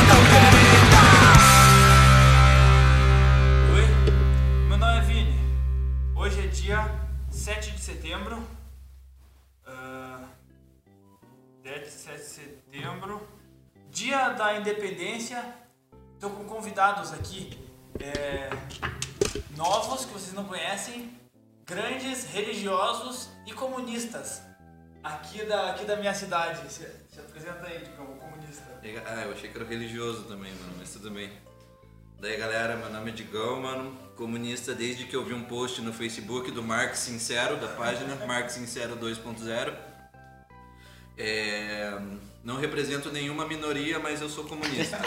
é Ah, é, cidade. Se, se apresenta aí, tipo, um comunista. Ah, eu achei que era religioso também, mano, mas tudo bem. Daí galera, meu nome é Digão, mano, comunista desde que eu vi um post no Facebook do Marx Sincero, da página Marx Sincero 2.0. É, não represento nenhuma minoria, mas eu sou comunista.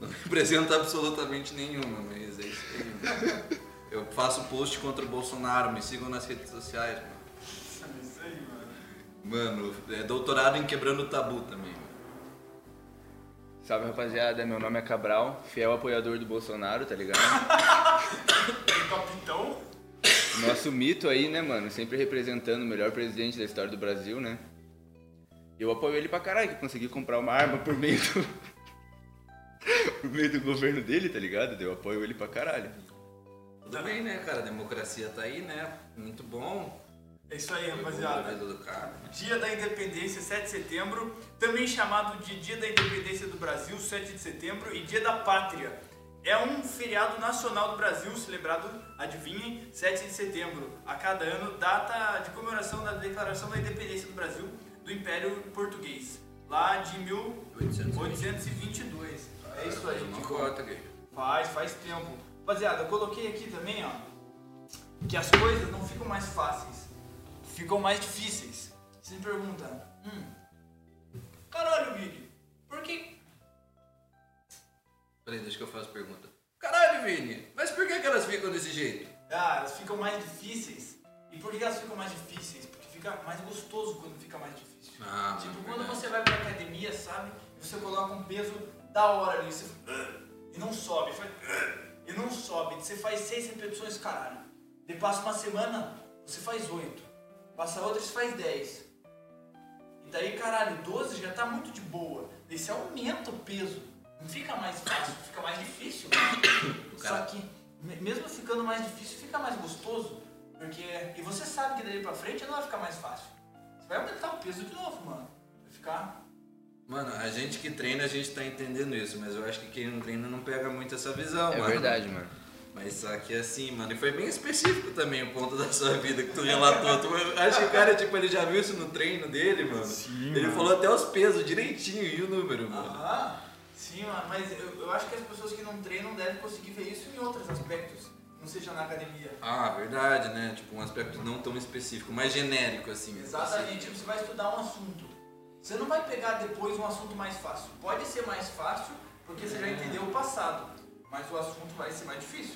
não represento absolutamente nenhuma, mas é isso aí. Eu faço post contra o Bolsonaro, me sigam nas redes sociais, mano. Mano, é doutorado em quebrando o tabu também. Salve rapaziada, meu nome é Cabral, fiel apoiador do Bolsonaro, tá ligado? Capitão? Nosso mito aí, né, mano? Sempre representando o melhor presidente da história do Brasil, né? Eu apoio ele pra caralho, que consegui comprar uma arma por meio do. por meio do governo dele, tá ligado? Eu apoio ele pra caralho. Tudo bem, né, cara? A democracia tá aí, né? Muito bom. É isso aí, rapaziada. Dia da Independência, 7 de setembro, também chamado de Dia da Independência do Brasil, 7 de setembro, e Dia da Pátria. É um feriado nacional do Brasil, celebrado, adivinhem, 7 de setembro, a cada ano, data de comemoração da Declaração da Independência do Brasil do Império Português, lá de 1822. É isso aí, não corta, gay. Faz, faz tempo. Rapaziada, eu coloquei aqui também, ó, que as coisas não ficam mais fáceis ficam mais difíceis. Você me pergunta, hum, caralho, Vini, por que. Peraí, deixa que eu faço a pergunta. Caralho, Vini, mas por que, que elas ficam desse jeito? Ah, elas ficam mais difíceis. E por que elas ficam mais difíceis? Porque fica mais gostoso quando fica mais difícil. Ah, tipo, mano, quando verdade. você vai pra academia, sabe? E você coloca um peso da hora ali, você "Ah", e não sobe, faz... "Ah", e não sobe. Você faz seis repetições, caralho. De passa uma semana, você faz oito passa outra, você faz 10. E daí, caralho, 12 já tá muito de boa. Daí você aumenta o peso. Não fica mais fácil, fica mais difícil. Só que, mesmo ficando mais difícil, fica mais gostoso. Porque. E você sabe que daí pra frente não vai ficar mais fácil. Você vai aumentar o peso de novo, mano. Vai ficar. Mano, a gente que treina, a gente tá entendendo isso, mas eu acho que quem não treina não pega muito essa visão, é mano. É verdade, mano. Mas só que assim, mano, e foi bem específico também o ponto da sua vida que tu relatou. Tu, acho que o cara, tipo, ele já viu isso no treino dele, mano. Sim, ele mano. Ah, falou até os pesos direitinho e o número, mano. Aham. Sim, mano, mas eu, eu, acho que as pessoas que não treinam devem conseguir ver isso em outros aspectos. Não seja na academia. Ah, verdade, né? Tipo, um aspecto não tão específico, mais genérico, assim. Exatamente. Assim. Tipo, você vai estudar um assunto. Você não vai pegar depois um assunto mais fácil. Pode ser mais fácil, porque você é. já entendeu o passado mas o assunto vai ser mais difícil.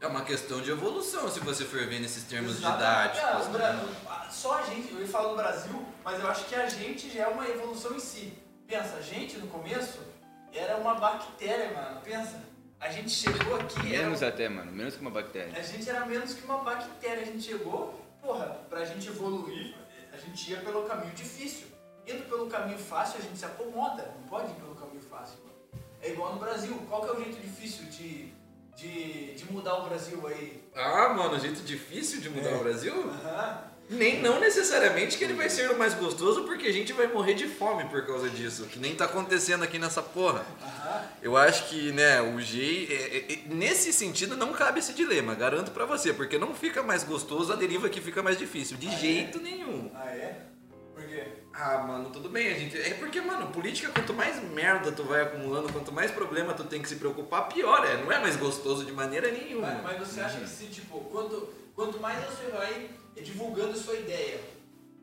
É uma questão de evolução se você for ver nesses termos tipo, assim. Exatamente. didáticos. É, né? Só a gente, eu falo do Brasil, mas eu acho que a gente já é uma evolução em si. Pensa, a gente no começo era uma bactéria, mano. Pensa. A gente chegou aqui. Menos era... até, mano, menos que uma bactéria. A gente era menos que uma bactéria. A gente chegou, porra, pra gente evoluir, a gente ia pelo caminho difícil. Indo pelo caminho fácil, a gente se acomoda. Não pode ir pelo caminho fácil, mano é igual no Brasil. Qual que é o jeito difícil de, de, de mudar o Brasil aí? Ah, mano, o jeito difícil de mudar é. o Brasil? Uhum. Nem não necessariamente que ele vai ser o mais gostoso, porque a gente vai morrer de fome por causa disso, que nem tá acontecendo aqui nessa porra. Uhum. Eu acho que, né, o G é, é, nesse sentido não cabe esse dilema, garanto para você, porque não fica mais gostoso a deriva que fica mais difícil, de ah, jeito nenhum. Ah, é? Ah, mano, tudo bem, a gente. É porque, mano, política, quanto mais merda tu vai acumulando, quanto mais problema tu tem que se preocupar, pior é. Não é mais gostoso de maneira nenhuma. Mas, mas você acha que se, tipo, quanto, quanto mais você vai divulgando sua ideia,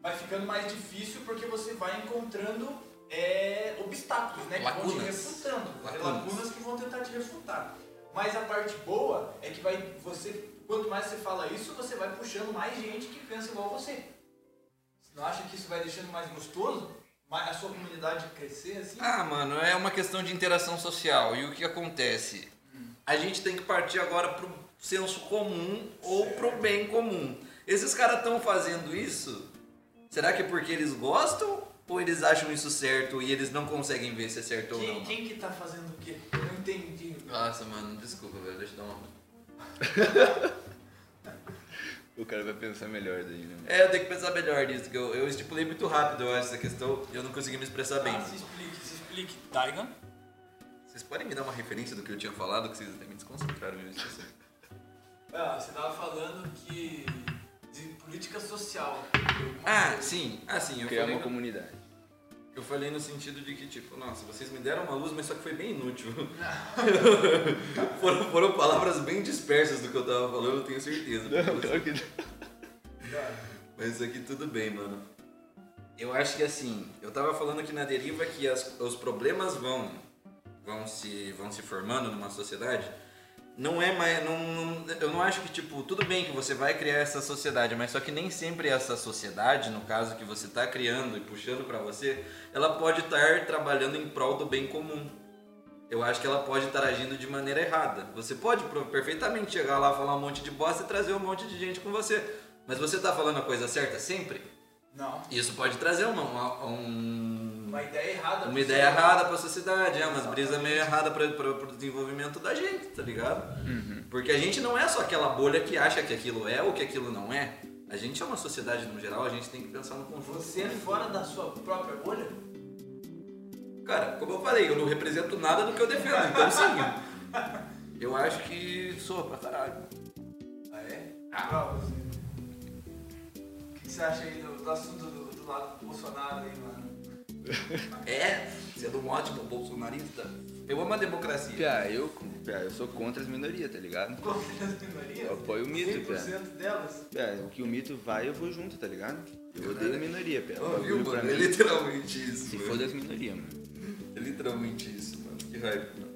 vai ficando mais difícil porque você vai encontrando é, obstáculos, né? Que vão te Lacunas. refutando. É Lacunas. Lacunas. que vão tentar te refutar. Mas a parte boa é que vai você, quanto mais você fala isso, você vai puxando mais gente que pensa igual você. Você não acha que isso vai deixando mais gostoso? Mais- A sua comunidade crescer assim? Ah, mano, é uma questão de interação social. E o que acontece? A gente tem que partir agora pro senso comum ou pro bem comum. Esses caras estão fazendo isso? Será que é porque eles gostam? Ou eles acham isso certo e eles não conseguem ver se é certo ou quem, não? quem que tá fazendo o quê? Eu não entendi. Nossa, mano, desculpa, velho. Deixa eu dar uma. O cara vai pensar melhor daí, né? É, eu tenho que pensar melhor nisso, que eu, eu estipulei muito rápido, eu acho, essa questão. e Eu não consegui me expressar Tá bem. Ah, se explique, se explique. Daigan? Vocês podem me dar uma referência do que eu tinha falado, que vocês até me desconcentraram e eu esqueci. Ah, você tava falando que. de política social. Ah, sim. Ah, sim. Eu Criar falei, é uma no, comunidade. eu falei no sentido de que, tipo, nossa, vocês me deram uma luz, mas só que foi bem inútil. foram, foram palavras bem dispersas do que eu tava falando, eu tenho certeza. Não, claro que Mas aqui tudo bem, mano. Eu acho que assim, eu tava falando aqui na deriva que as- os problemas vão vão se vão se formando numa sociedade. Não é mais, não, não- eu não acho que tipo tudo bem que você vai criar essa sociedade, mas só que nem sempre essa sociedade, no caso que você tá criando e puxando pra você, ela pode estar trabalhando em prol do bem comum. Eu acho que ela pode estar agindo de maneira errada. Você pode pro- perfeitamente chegar lá, falar um monte de bosta e trazer um monte de gente com você. Mas você tá falando a coisa certa sempre? Não. Isso pode trazer uma, uma, um- Uma ideia errada. uma pra ideia você. errada pra sociedade, é, umas brisas meio errada pra, pra, pro desenvolvimento da gente, tá ligado? Porque a gente não é só aquela bolha que acha que aquilo é ou que aquilo não é. A gente é uma sociedade no geral, a gente tem que pensar no conjunto. Você é fora da sua própria bolha? Cara, como eu falei, eu não represento nada do que eu defendo, então sim. Eu acho que sou pra caralho. Ah, é? Ah, você. O que que você acha aí do, do assunto do, do lado do Bolsonaro aí, mano? É, sendo um ótimo bolsonarista. Eu amo a democracia. Piá, Ah, eu, piá, eu sou contra as minorias, tá ligado? Contra as minorias? Eu apoio o mito, piá. 100% delas? Piá, É, o que o mito vai, eu vou junto, tá ligado? Eu odeio minoria, piá. Ó, viu, Bagulho pra mano? É mim- literalmente isso, Se mano. foda as minorias, mano. É literalmente isso, mano. Que raiva, mano.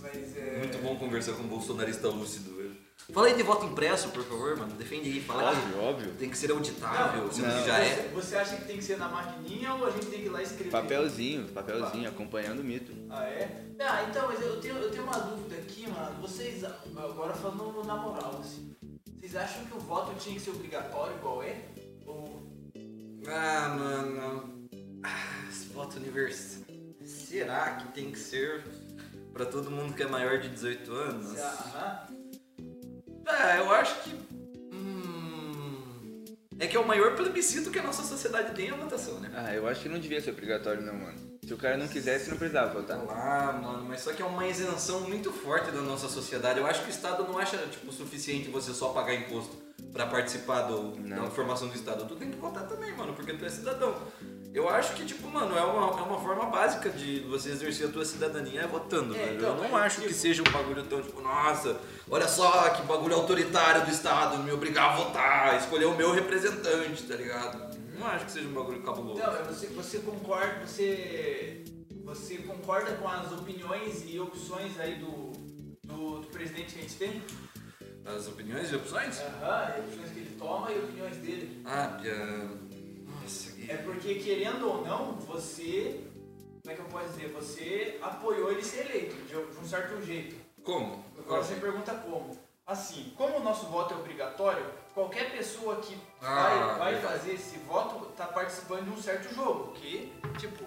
Mas é. Muito bom conversar com um bolsonarista lúcido, velho. Fala aí de voto impresso, por favor, mano. Defende aí, fala aí. Óbvio, óbvio. Tem que ser auditável, sendo não. que já é. Você, você acha que tem que ser na maquininha ou a gente tem que ir lá escrever? Papelzinho, papelzinho, acompanhando o mito. Ah, é? Ah, então, mas eu tenho, eu tenho uma dúvida aqui, mano. Vocês, agora falando na moral, assim, vocês acham que o voto tinha que ser obrigatório igual é? Ou Ah, mano. Ah, esse voto universal. Será que tem que ser pra todo mundo que é maior de 18 anos? se a- aham. Ah, eu acho que. Hum, é que é o maior plebiscito que a nossa sociedade tem é a votação, né? Ah, eu acho que não devia ser obrigatório, não, mano. Se o cara não quisesse, não precisava Tá votar. lá, mano, mas só que é uma isenção muito forte da nossa sociedade. Eu acho que o Estado não acha tipo, suficiente você só pagar imposto pra participar do, Não. da formação do Estado. Tu tem que votar também, mano, porque tu é cidadão. Eu acho que, tipo, mano, é uma, é uma forma básica de você exercer a tua cidadania é votando, É, velho. então, Eu não mas, acho que tipo- seja um bagulho tão, tipo, nossa, olha só que bagulho autoritário do Estado, me obrigar a votar, escolher o meu representante, tá ligado? Não acho que seja um bagulho cabuloso. Então, é você, você concorda, você, você concorda com as opiniões e opções aí do, do, do presidente que a gente tem? Então- As opiniões e opções? Aham, e opções que ele toma e opiniões dele. Ah, Bia. Nossa, que- É porque, querendo ou não, você, como é que eu posso dizer, você apoiou ele ser eleito, de- de um certo jeito. Como? Agora você pergunta como. Assim, como o nosso voto é obrigatório, qualquer pessoa que Ah, vai, vai verdade. fazer esse voto tá participando de um certo jogo, que, tipo,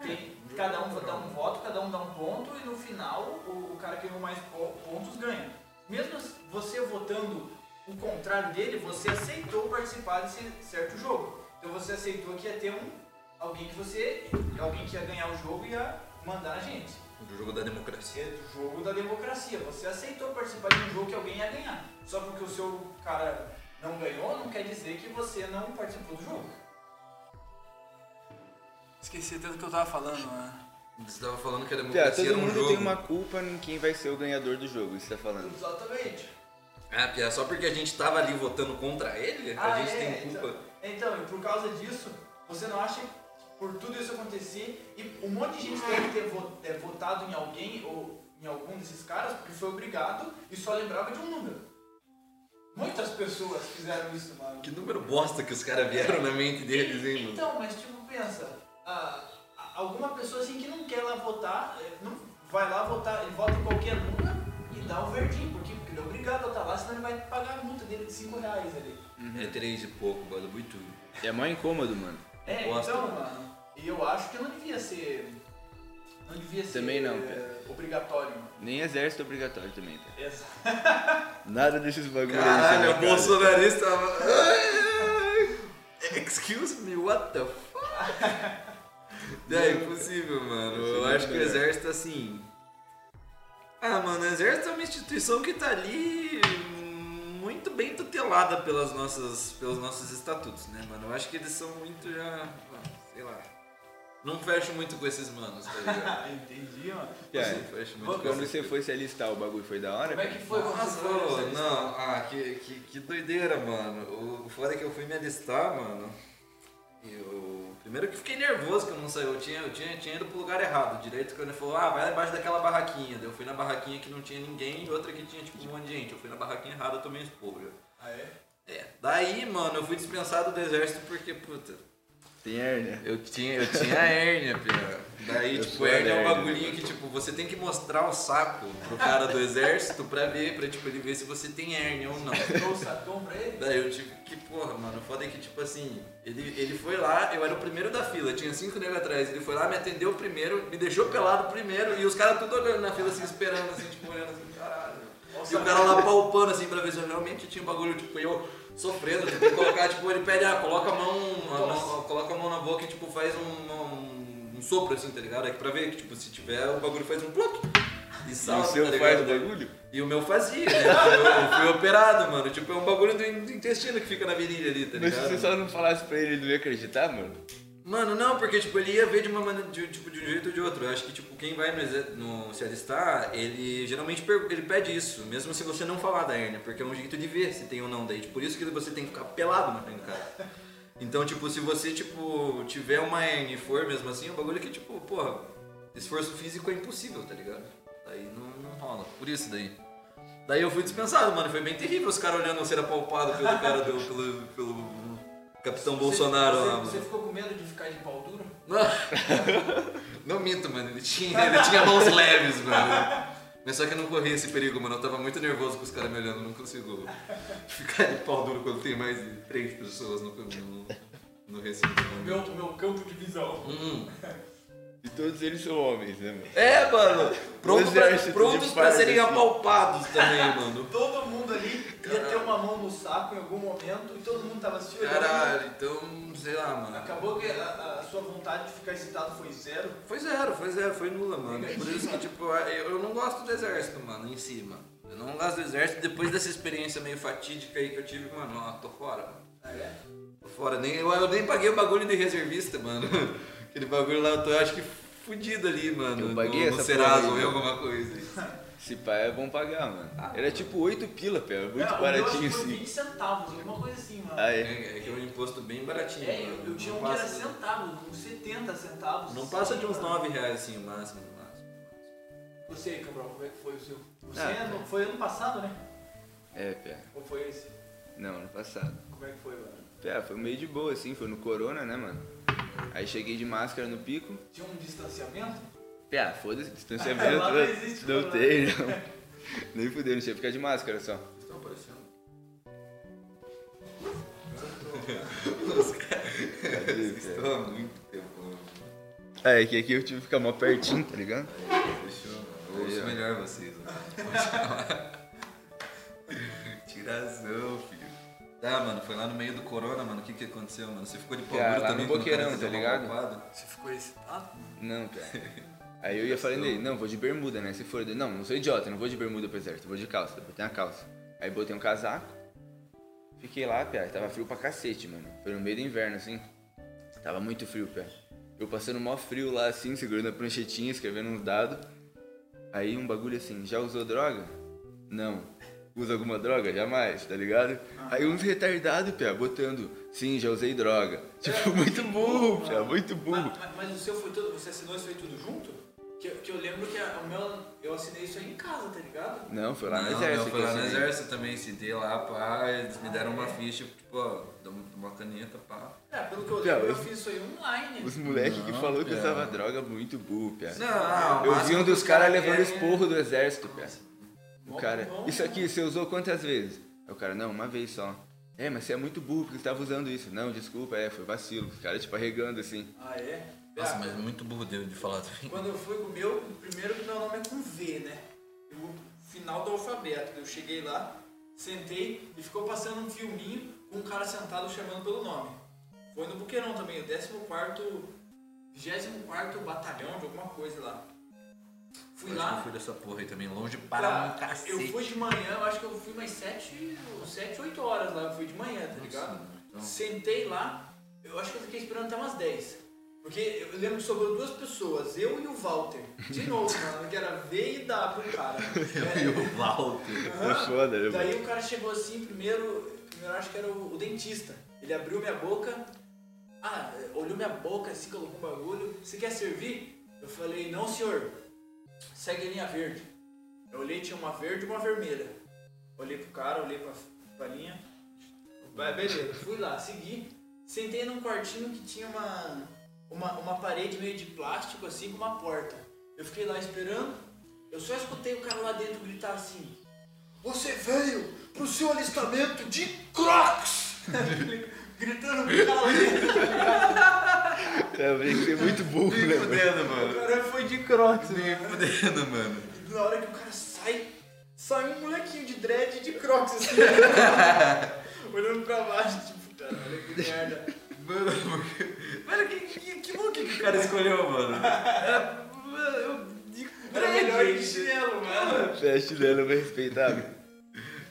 tem, cada um dá um voto, cada um dá um ponto e no final o, o cara que ganhou mais po- pontos ganha. Mesmo s- você votando o contrário dele, você aceitou participar desse certo jogo. Então você aceitou que ia ter um alguém que você, alguém que ia ganhar o jogo e ia mandar a gente Do jogo da democracia. é do jogo da democracia. Você aceitou participar de um jogo que alguém ia ganhar. Só porque o seu cara não ganhou, não quer dizer que você não participou do jogo. Esqueci tanto que eu tava falando, né? Você tava falando que a Tá, democracia todo era um mundo jogo. tem uma culpa em quem vai ser o ganhador do jogo, isso tá falando. Exatamente. Ah, Pia, só porque a gente tava ali votando contra ele, Ah, a gente é, tem culpa. Então, então, e por causa disso, você não acha que por tudo isso acontecer, e um monte de gente deve ter vo- é, votado em alguém ou em algum desses caras, porque foi obrigado e só lembrava de um número. Muitas pessoas fizeram isso, mano. Que número bosta que os caras vieram na mente deles, hein, mano? Então, mas tipo, pensa, ah, a- alguma pessoa assim que não quer lá votar, é, não vai lá votar, ele vota em qualquer número e dá o verdinho, porque, porque ele é obrigado a estar lá, senão ele vai pagar a multa dele de 5 reais ali. É três e pouco, bagulho, muito. É mó incômodo, mano. É, Gosto. então, mano, e eu acho que não devia ser. Não devia ser Também não, eh, obrigatório, mano. Nem exército é obrigatório também, tá? Essa- Nada desses bagulhos. né, Caralho, o bolsonarista. Ai, Excuse me, what the fuck? É impossível, mano. Eu acho que o exército, assim. Ah, mano, o exército é uma instituição que tá ali muito bem tutelada pelas nossas, pelos nossos estatutos, né, mano? Eu acho que eles são muito já. ah, Sei lá. Não fecho muito com esses manos, tá ligado? Ah, entendi, mano. Cara, Não fecho muito Vamos- com é? Quando esses você foi se alistar, o bagulho foi da hora? Como é cara? que foi quando Nossa, você foi ô, nessa lista? não, ah, que, que, que doideira, mano. O foda é que eu fui me alistar, mano. Eu. Primeiro que fiquei nervoso que eu não saí. Eu tinha, eu tinha, tinha ido pro lugar errado. Direito que ele falou, ah, vai lá embaixo daquela barraquinha. Daí Eu fui na barraquinha que não tinha ninguém e outra que tinha tipo um monte de gente. Eu fui na barraquinha errada, eu tomei esporro. Ah, é? É. Daí, mano, eu fui dispensado do exército porque, puta, Tem hérnia. eu tinha, eu tinha hérnia, pior. Daí, Eu tipo, sou hérnia é um alérgico. bagulhinho que, tipo, você tem que mostrar o saco pro cara do exército pra ver, pra, tipo, ele ver se você tem hérnia ou não. Dou o sacão pra ele? Daí eu tive que, porra, mano, foda é que, tipo assim, ele, ele foi lá, eu era o primeiro da fila, tinha cinco negros atrás, ele foi lá, me atendeu primeiro, me deixou pelado primeiro, e os caras tudo olhando na fila, assim, esperando, assim, tipo, olhando assim, caralho. E o cara lá palpando, assim, pra ver se eu realmente tinha um bagulho, tipo, eu sofrendo, tipo, colocar, tipo, ele pede, ah, coloca a mão, a mão- coloca a mão na boca e, tipo, faz um, um, um sopro, assim, tá ligado? É que pra ver que, tipo, se tiver, o bagulho faz um ploc. E E o salta, seu tá ligado? faz o bagulho? E o meu fazia, né? Eu, eu fui operado, mano. Tipo, é um bagulho do in- do intestino que fica na virilha ali, tá Mas se ligado? você só não falasse pra ele, ele não ia acreditar, mano? Mano, não, porque tipo, ele ia ver de uma maneira, de, tipo, de um jeito ou de outro. Eu acho que tipo, quem vai no, exer- no se alistar, ele geralmente per- ele pede isso, mesmo se você não falar da hérnia, porque é um jeito de ver se tem ou não daí. Por isso que você tem que ficar pelado na frente do cara. Então, tipo, se você, tipo, tiver uma hérnia e for mesmo assim, é um bagulho que, tipo, porra, esforço físico é impossível, tá ligado? Daí não, não rola. Por isso daí. Daí eu fui dispensado, mano. Foi bem terrível os caras olhando eu ser apalpado pelo cara do. pelo. pelo Capitão Bolsonaro você, lá, mano. Você ficou com medo de ficar de pau duro? Não, não minto, mano. Ele tinha, ele tinha mãos leves, mano. Mas só que eu não corri esse perigo, mano. Eu tava muito nervoso com os caras me olhando. Eu não consigo ficar de pau duro quando tem mais de três pessoas no, no, no recinto. Meu, meu campo de visão. Hum. E todos eles são homens, né, mano? É, mano. Pronto pra, exército de prontos pra serem fardas, assim. apalpados também, mano. Todo mundo ali ia ter uma mão no saco em algum momento e todo mundo tava se olhando. Caralho, então, sei lá, mano. Acabou que a, a sua vontade de ficar excitado foi zero. Foi zero, foi zero, foi nula, mano. Por isso que, tipo, eu eu não gosto do exército, mano, em si, mano. Eu não gosto do exército. Depois dessa experiência meio fatídica aí que eu tive, mano, ó, tô fora, mano. Ah, é? Tô fora. Nem, eu, eu nem paguei o bagulho de reservista, mano. Aquele bagulho lá, eu tô, acho que fudido ali, mano. Eu paguei no, no essa Serasa porra ou em aí, né? alguma coisa. Se pá, é bom pagar, mano. Era tipo 8 pila, pé. É, Ah. Muito o meu acho baratinho que foi assim. 20 centavos, alguma coisa assim, mano. Ah, É, é. é que é um imposto bem baratinho. É, eu, mano. eu tinha Não um que era passa- centavos, uns 70 centavos. Não passa de uns Sim, 9 reais, assim, o máximo, o máximo. Você aí, Cabral, como é que foi o seu? Você Ah, ano- foi ano passado, né? É, pé. Ou foi esse? Não, ano passado. Como é que foi, mano? Pé, foi meio de boa, assim. Foi no Corona, né, mano? Aí cheguei de máscara no pico. Tinha um distanciamento? Pé, ah, foda-se, distanciamento. né? Lá não existe não corona. tem, não. Nem fudeu, não tinha que ficar de máscara só. Estão aparecendo. Cadê, pé? Estou há muito tempo, mano. É, que aqui eu tive que ficar mó pertinho, tá ligado? Fechou, mano. Eu ouço Aí, ó. melhor vocês, mano. Pode falar. Tiração, filho. Tá, mano, foi lá no meio do corona, mano. O que que aconteceu, mano? Você ficou de pau Cara, duro lá também no quando o cara Boqueirão, te deu tá uma ligado? palpada? Você ficou excitado? Não, cara. Aí eu ia falando dele, não, vou de bermuda, né? Se for, eu- não, não sou idiota, não vou de bermuda pro exército, vou de calça, botei uma calça. Aí botei um casaco, fiquei lá, pé, tava frio pra cacete, mano. Foi no meio do inverno, assim. Tava muito frio, pé. Eu passando mó frio lá, assim, segurando a pranchetinha, escrevendo uns dados. Aí um bagulho assim, já usou droga? Não. Usa alguma droga? Jamais, tá ligado? Aí uns retardados, pia, botando, sim, já usei droga. Tipo, muito burro, pia, muito burro. Mas, mas- mas o seu foi todo. Você assinou isso aí tudo junto? Que, que eu lembro que a- o meu. Eu assinei isso aí em casa, tá ligado? Não, foi lá Não, no exército. eu fui lá que no eu assinei. exército também, citei lá, pá, eles me deram uma É. ficha, tipo, ó, dá uma- uma caneta, pá. É, pelo que eu Piá, lembro, eu eu- fiz isso aí online. Os moleque que Não, falou que pia. usava droga, muito burro, pia. Não, Eu mas- vi um dos caras levando é- esporro do exército, pia. O Bom, cara, bom, isso aqui você usou quantas vezes? Aí o cara, não, uma vez só. É, mas você é muito burro porque você tava usando isso. Não, desculpa, é, foi vacilo. Os caras, tipo, arregando assim. Ah, é? Piá, Nossa, mas muito burro deu de falar também. Quando eu fui com o meu, primeiro que meu nome é com V, né? O final do alfabeto. né? Eu cheguei lá, sentei e ficou passando um filminho com um cara sentado chamando pelo nome. Foi no Buqueirão também, o 14º, 24º Batalhão de alguma coisa lá. Fui Eu acho que eu lá, fui dessa porra aí também, longe pra- para um cacete. eu fui de manhã, eu acho que eu fui mais 7, 7 8 horas lá, eu fui de manhã, tá ligado? então. Sentei lá, eu acho que eu fiquei esperando até umas 10. Porque eu lembro que sobrou duas pessoas, eu e o Walter. De novo, mano, que era V e dá pro cara. É. E o Walter. Aham. É foda, né, mano? Daí o cara chegou assim, primeiro, primeiro acho que era o, o dentista. Ele abriu minha boca, ah, olhou minha boca assim, colocou um bagulho. Você quer servir? Eu falei, não senhor, segue a linha verde. Eu olhei, tinha uma verde e uma vermelha. Olhei pro cara, olhei pra, pra linha. Vai, beleza, fui lá, segui. Sentei num quartinho que tinha uma, uma, uma parede meio de plástico, assim, com uma porta. Eu fiquei lá esperando. Eu só escutei o cara lá dentro gritar assim: Você veio pro seu alistamento de Crocs! Gritando pro cara lá dentro. Eu vi que você é muito burro, Me né, mano? fudendo, O mano. cara foi de Crocs, Me fudendo, mano. E na hora que o cara sai, sai um molequinho de dread de Crocs, assim, olhando pra baixo, tipo, cara, olha que merda. Mano, porque... Velho, que, que, que look que o cara escolheu, mano? Era- mano, eu- de- Era melhor que gente. chinelo, mano. Feste dela vai respeitar. mano.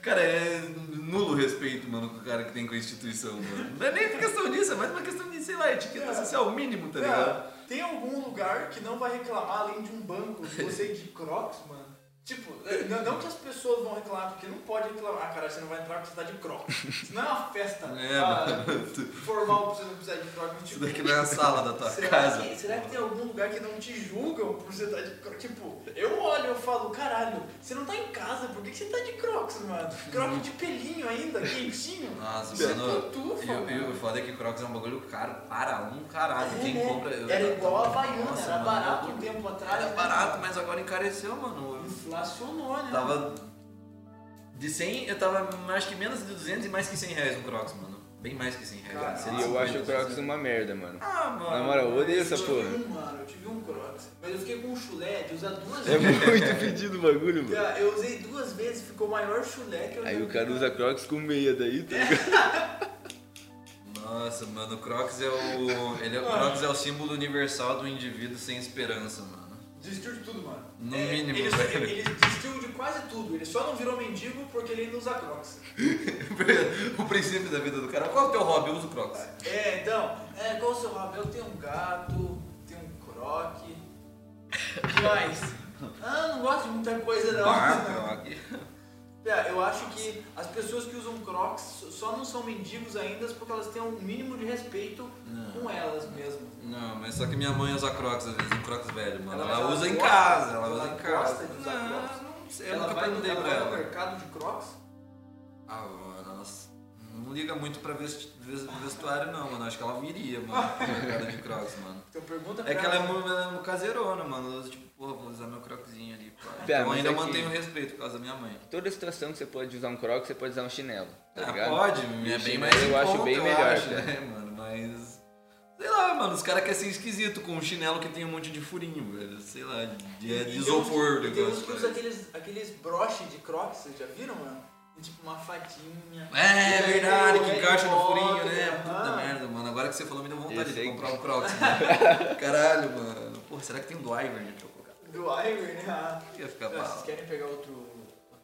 Cara, é nulo respeito, mano, com o cara que tem com a instituição, mano. Não é nem por questão disso, é mais uma questão de, sei lá, É. etiqueta social mínimo, tá ligado? Cara, tem algum lugar que não vai reclamar além de um banco de você ir de Crocs, mano? Tipo, é, não, não que as pessoas vão reclamar, porque não pode reclamar, cara, você não vai entrar porque você tá de Crocs. Isso não é uma festa É, ah, mano. tu- formal pra você não precisar de Crocs. mas, Isso Tipo, daqui não é a sala da tua Será, casa. Que, será que tem algum lugar que não te julgam por você estar de Crocs? Tipo, eu olho e eu falo, caralho, você não tá em casa, por que, que você tá de Crocs, mano? Crocs de pelinho ainda, quentinho. Uhum. é Nossa, Você mano. pantufa, e o- E mano. o foda é que Crocs é um bagulho caro para um caralho. É, Quem né? compra. Era igual a Havaiana, Nossa, era mano, é barato eu- um tempo atrás. Era né? barato, mas agora encareceu, mano. Inflacionou, né? Eu tava. De 100, eu tava acho que menos de 200 e mais que 100 reais um Crocs, mano. Bem mais que 100 reais. Caralho. E eu 150, acho o Crocs 160. uma merda, mano. Ah, mano. Na moral, eu odeio Eu essa tive porra. um, mano, eu tive um Crocs. Mas eu fiquei com um chulé de usar duas É vezes. muito pedido o bagulho, mano. Cara, Eu usei duas vezes, ficou o maior chulé que eu Aí já o vi. cara usa Crocs com meia daí, tá ligado? Nossa, mano, o Crocs é o. Ele é, o Crocs é o símbolo universal do indivíduo sem esperança, mano. Desistiu de tudo, mano. No É, mínimo, ele, velho. ele desistiu de quase tudo. Ele só não virou mendigo porque ele ainda usa Crocs. o princípio da vida do cara. Qual é o teu hobby? Eu uso Crocs. É, então, é, qual o seu hobby? Eu tenho um gato, tenho um croque. O que mais? Ah, não gosto de muita coisa não. Bar, Crocs. É, eu acho que as pessoas que usam crocs só não são mendigos ainda porque elas têm um mínimo de respeito Não. com elas mesmas. Não, mas só que minha mãe usa Crocs às vezes, um Crocs velho, mano. Ela, Ela- ela usa em gosta- casa, ela, ela usa em gosta casa. de usar não, Crocs? não sei, eu Ela nunca vai, perguntei ela pra vai no ela. mercado de crocs? Ah, mano, ela s- não liga muito pra vesti- ves- vestuário não, mano. Acho que ela viria, mano, pro mercado de Crocs, mano. Então pergunta pra É que ela é mu- ela é mu- caseirona, mano. Ela usa tipo, pô, vou usar meu Croczinho ali, pá. Pé, Então mas ainda é que- mantenho o respeito por causa da minha mãe. Toda situação que você pode usar um Crocs, você pode usar um chinelo, tá Ah, ligado? pode, E é bem chinelo mais em eu acho conta, bem eu melhor, acho, cara. né, mano? Mas. Sei lá, mano, os caras querem ser esquisito com um chinelo que tem um monte de furinho, velho. Sei lá, de, é né? de isopor, Tem, uns- e tem uns que negócio, tá usam velho. aqueles, aqueles broches de crocs, vocês já viram, mano? E tipo uma fadinha. É, é verdade, que Aí encaixa no bota, furinho, né? aham. Puta merda, mano. Agora que você falou, me deu vontade Esse de aí. comprar um Crocs. mano. Caralho, mano. Pô, será que tem um do Iver, né? Deixa eu colocar. Do Iver, né? Ah. Ia ficar Não, Vocês bala. querem pegar outro,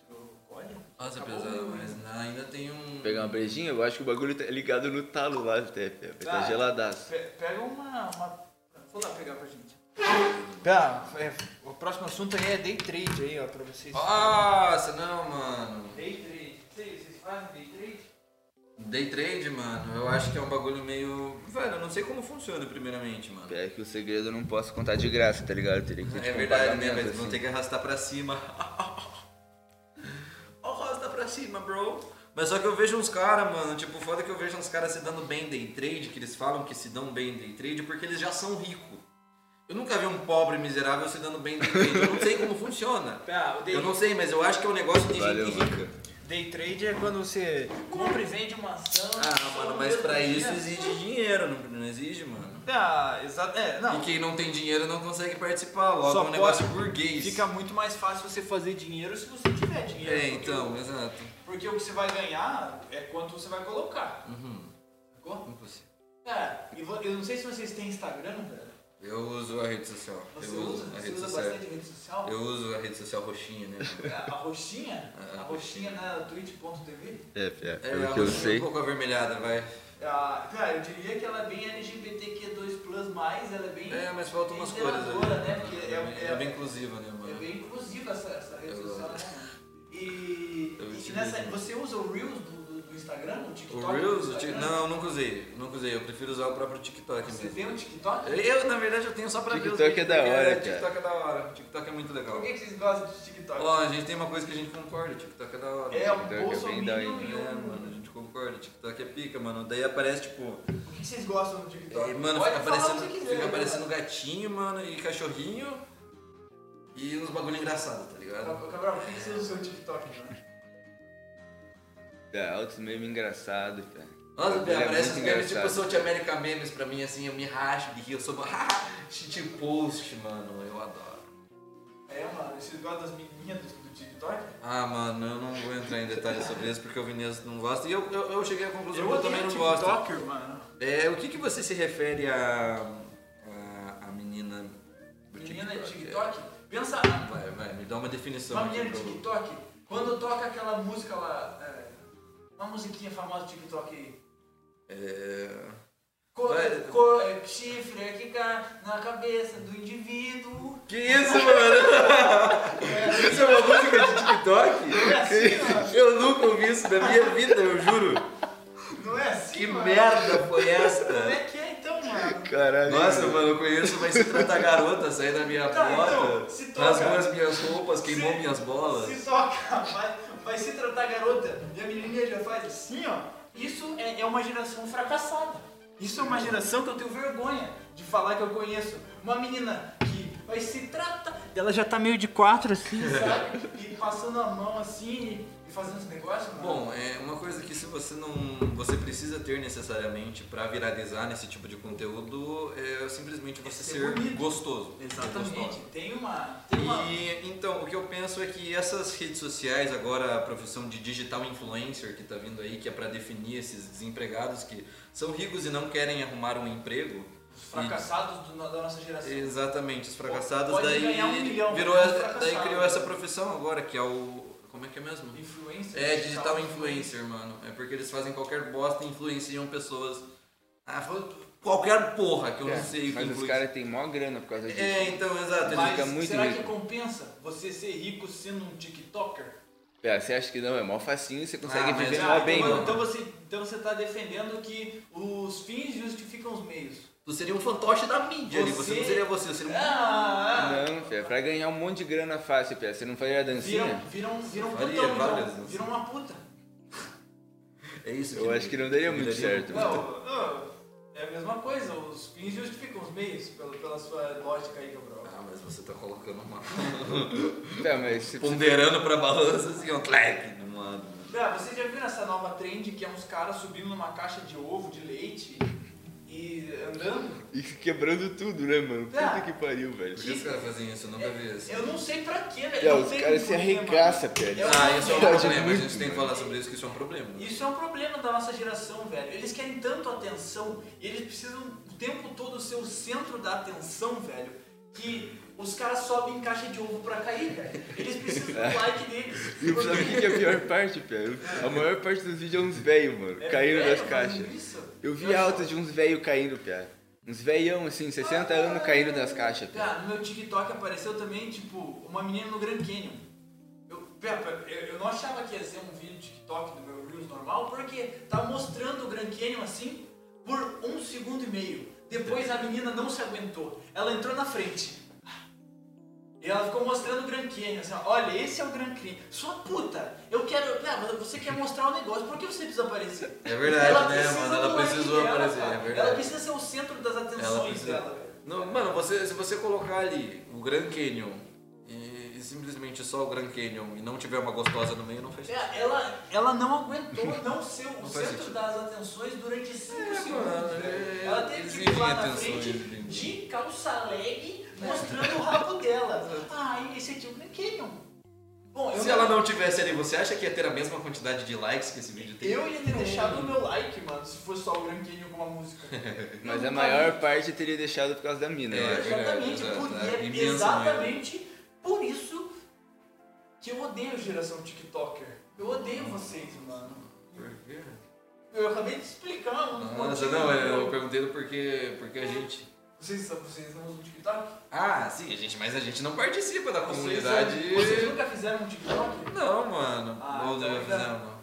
outro código? Nossa, é Acabou, pesado, né? mas não, ainda tem um. Pegar uma brejinha, eu acho que o bagulho tá ligado no talo lá até, pia. Vai tá Ah. geladaço. Pe- Pega uma, uma Vou lá pegar pra gente. Tá, é, o próximo assunto aí é day trade aí, ó, pra vocês. Nossa, não, mano. Day trade. Vocês, vocês fazem day trade? Day trade, mano, eu acho que é um bagulho meio. Velho, eu não sei como funciona, primeiramente, mano. É que o segredo eu não posso contar de graça, tá ligado? Eu teria que É tipo, um verdade, né? pagamento, Mas vão assim. ter que arrastar pra cima. Arrasta pra cima, bro. Mas só que eu vejo uns caras, mano, tipo, foda que eu vejo uns caras se dando bem em day trade, que eles falam que se dão bem em day trade porque eles já são ricos. Eu nunca vi um pobre miserável se dando bem em day trade. Eu não sei como funciona. Tá, o day, Eu não sei, mas eu acho que é um negócio de Valeu, gente rica. mano. day trade é quando você compra e vende uma ação. Ah, só mano, no mas mesmo pra dia. isso exige dinheiro, não, não exige, mano. Tá, exato. É, não. E quem não tem dinheiro não consegue participar, logo Só é um negócio pode- burguês. Fica muito mais fácil você fazer dinheiro se você tiver dinheiro. É, Porque então, exato. o- Porque o que você vai ganhar é quanto você vai colocar. Uhum. Sacou? Impossível. Cara, e vo- eu não sei se vocês têm Instagram, velho. Eu uso a rede social. Você eu usa? a Você rede usa social. bastante rede social? Eu uso a rede social roxinha, né? A a roxinha? É, A a roxinha na twitch.tv? É, é, É, pelo a que roxinha eu um sei. pouco avermelhada, vai. Ah, cara, eu diria que ela é bem LGBTQ2+, ela é bem... É, mas faltam umas cores ali. Inspiradora, né? Porque é- bem- é- bem inclusiva, né, mano? É bem inclusiva essa, essa rede Eu- social, né? mano? E, Eu e utilizo nessa, muito. você usa o Reels do, do- do Instagram? O TikTok? né? O Reels? do o Tik- Instagram? Não, nunca usei. Nunca usei. Eu prefiro usar o próprio TikTok Você mesmo. tem um TikTok? Eu, na verdade, eu tenho só pra ver os TikTok é vídeos, da porque hora, cara. TikTok é da hora. TikTok é muito legal. Por que que vocês gostam de TikTok? Ó, a gente tem uma coisa que a gente concorda, TikTok é da hora. é TikTok um TikTok é bolsominion bem da e hora, é, um... mano, a gente concorda, TikTok é pica, mano. Daí aparece, tipo, O que que vocês gostam do TikTok? É, mano, Pode fica falar o que aparecendo, você quiser, fica né, aparecendo gatinho, mano, e cachorrinho. E uns bagulho engraçado, tá ligado? mano? Cabral, por que que você usa o TikTok, mano? É, altos memes engraçados, cara. Nossa, Bagulho Bia, é aparece muito uns memes tipo engraçado. South America Memes pra mim, assim, eu me racho de rir, eu sou. Shit post, mano, eu adoro. É, mano, vocês gostam das menininhas do, do TikTok? Ah, mano, eu não vou entrar em detalhes sobre isso porque o Vinícius não gosta. E eu, eu, eu cheguei à conclusão que eu odeio também não gosto. TikToker, mano. É, o que, que você se refere a. a, a menina. do Menina de É. TikTok? Pensa, Vai, vai, me dá uma definição. uma aqui menina de pra eu- TikTok, quando toca aquela música lá, é, uma musiquinha famosa do TikTok aí. É. Co- Vai. co- é, chifre é que cai na cabeça do indivíduo. Que isso, mano? Isso é uma música de TikTok? Não é assim, mano. Eu nunca ouvi isso na minha vida, eu juro. Não é assim, Que mano. merda foi Como esta? é que é então, mano? Caralho. Nossa, mano, eu conheço, mas se trata garota, sair da minha Tá, bota, então, se toca. rasgou as minhas roupas, queimou Se- minhas bolas. Se toca, vai, vai se tratar garota e a menininha já faz assim, ó. Isso é, é uma geração fracassada. Isso é uma geração que eu tenho vergonha de falar que eu conheço. Uma menina que vai se tratar. Ela já tá meio de quatro assim, sabe? E passando a mão assim e fazendo os negócios. mano. Bom, é uma coisa que se você não, você precisa ter necessariamente pra viralizar nesse tipo de conteúdo é simplesmente você Ser ser bonito. tá gostoso. exatamente. Gostosa. Tem uma. Tem uma. E então, o que eu penso é que essas redes sociais, agora a profissão de digital influencer que tá vindo aí, que é pra definir esses desempregados que são ricos e não querem arrumar um emprego. Os fracassados do- da nossa geração. Exatamente, os fracassados Pode daí ganhar um milhão, virou mas é um essa- daí fracassado. criou essa profissão agora que é o como é que é mesmo? Influencer. É digital influencer, mano. É porque eles fazem qualquer bosta e influenciam pessoas. Ah, fa- qualquer porra que eu não sei o que Mas É, os influencia. caras têm mó grana por causa disso. É, então, exato. Mas Eles... fica muito será rico. que compensa você ser rico sendo um TikToker? É, você acha que não? É mó facinho, você consegue Ah, mas viver já, mó bem, então, mano. então você, então você tá defendendo que os fins justificam os meios. Tu seria um fantoche da mídia ali. Você Você- É, não seria você, eu seria um Ah, Não, fé, pra ganhar um monte de grana fácil, fé. Você não faria a dancinha? viram, viram, viram um Faria putão, várias então. vezes. Viram uma puta. É isso. Eu acho que não daria muito certo. Não, não, é a mesma coisa, os fins justificam os meios, pela, pela sua lógica aí, Gabriel. Ah, mas você tá colocando uma. Tá, mas se você ponderando pra balança assim, ó, clack, mano. Bra, vocês já viram essa nova trend que é uns caras subindo numa caixa de ovo, de leite e andando? E quebrando tudo, né, mano? Tá. Puta que pariu, velho. Por que os caras fazem isso? Eu nunca vi isso. Eu não sei pra quê, velho. É, não os sei caras como se é, mano. arregaçam, velho. É um Ah, isso é um problema. problema. A gente tem muito, que mano. falar sobre isso, que isso é um problema. Isso é um problema da nossa geração, velho. Eles querem tanto atenção e eles precisam o tempo todo ser o centro da atenção, velho. Que os caras sobem em caixa de ovo pra cair, velho. Eles precisam do like deles. É. E sabe o que que é a pior parte, velho? A maior parte dos vídeos é uns velhos, mano, É caindo velho das fazendo caixas. isso? Eu vi altas de uns velhos caindo, piá. Uns veião, assim, 60 anos caindo das caixas. cara. Cara, no meu TikTok apareceu também, tipo, uma menina no Grand Canyon. Eu, Pepa, eu, eu não achava que ia ser um vídeo TikTok do meu Reels normal, porque tava mostrando o Grand Canyon assim por um segundo e meio. Depois a menina não se aguentou. Ela entrou na frente. E ela ficou mostrando o Grand Canyon, assim, ó, olha, esse é o Grand Canyon. Sua puta, eu quero. Cara, você quer mostrar o negócio, por que você precisa aparecer? É verdade, né, precisa mano? Ela do like precisou dela, aparecer, cara. é verdade. Ela precisa ser o centro das Ela atenções precisa- dela, velho. É Não, mano, você, se você colocar ali o Grand Canyon e, e simplesmente só o Grand Canyon e não tiver uma gostosa no meio, não faz É, Ela, ela não aguentou não ser o Não faz centro sentido. das atenções durante 5 É, segundos. mano, velho. é, ela teve que ir exigem lá na atenção, frente exigem. É. de calça leg mostrando o rabo dela. Ah, esse aqui é o Grand Canyon. Bom, eu, Se ela não tivesse ali, você acha que ia ter a mesma quantidade de likes que esse vídeo tem? eu ia ter deixado o meu like, mano, se fosse só o Grand Canyon com uma música. Mas Eu a nunca vi. maior parte eu teria deixado por causa da mina, eu É, acho. Exatamente, verdade, por, exato, é é imensa exatamente por isso que eu odeio a geração TikToker. Eu odeio vocês, mano. Por quê? Eu acabei de explicar um dos Nossa, motivos, não, é, né? eu perguntei do porquê, porquê a gente. Vocês, vocês não usam TikTok? Ah, sim, a gente, mas a gente não participa da Vocês- comunidade. Vocês, nunca fizeram um TikTok? Não, mano. Ah, Ou tá, nunca tá. fizemos.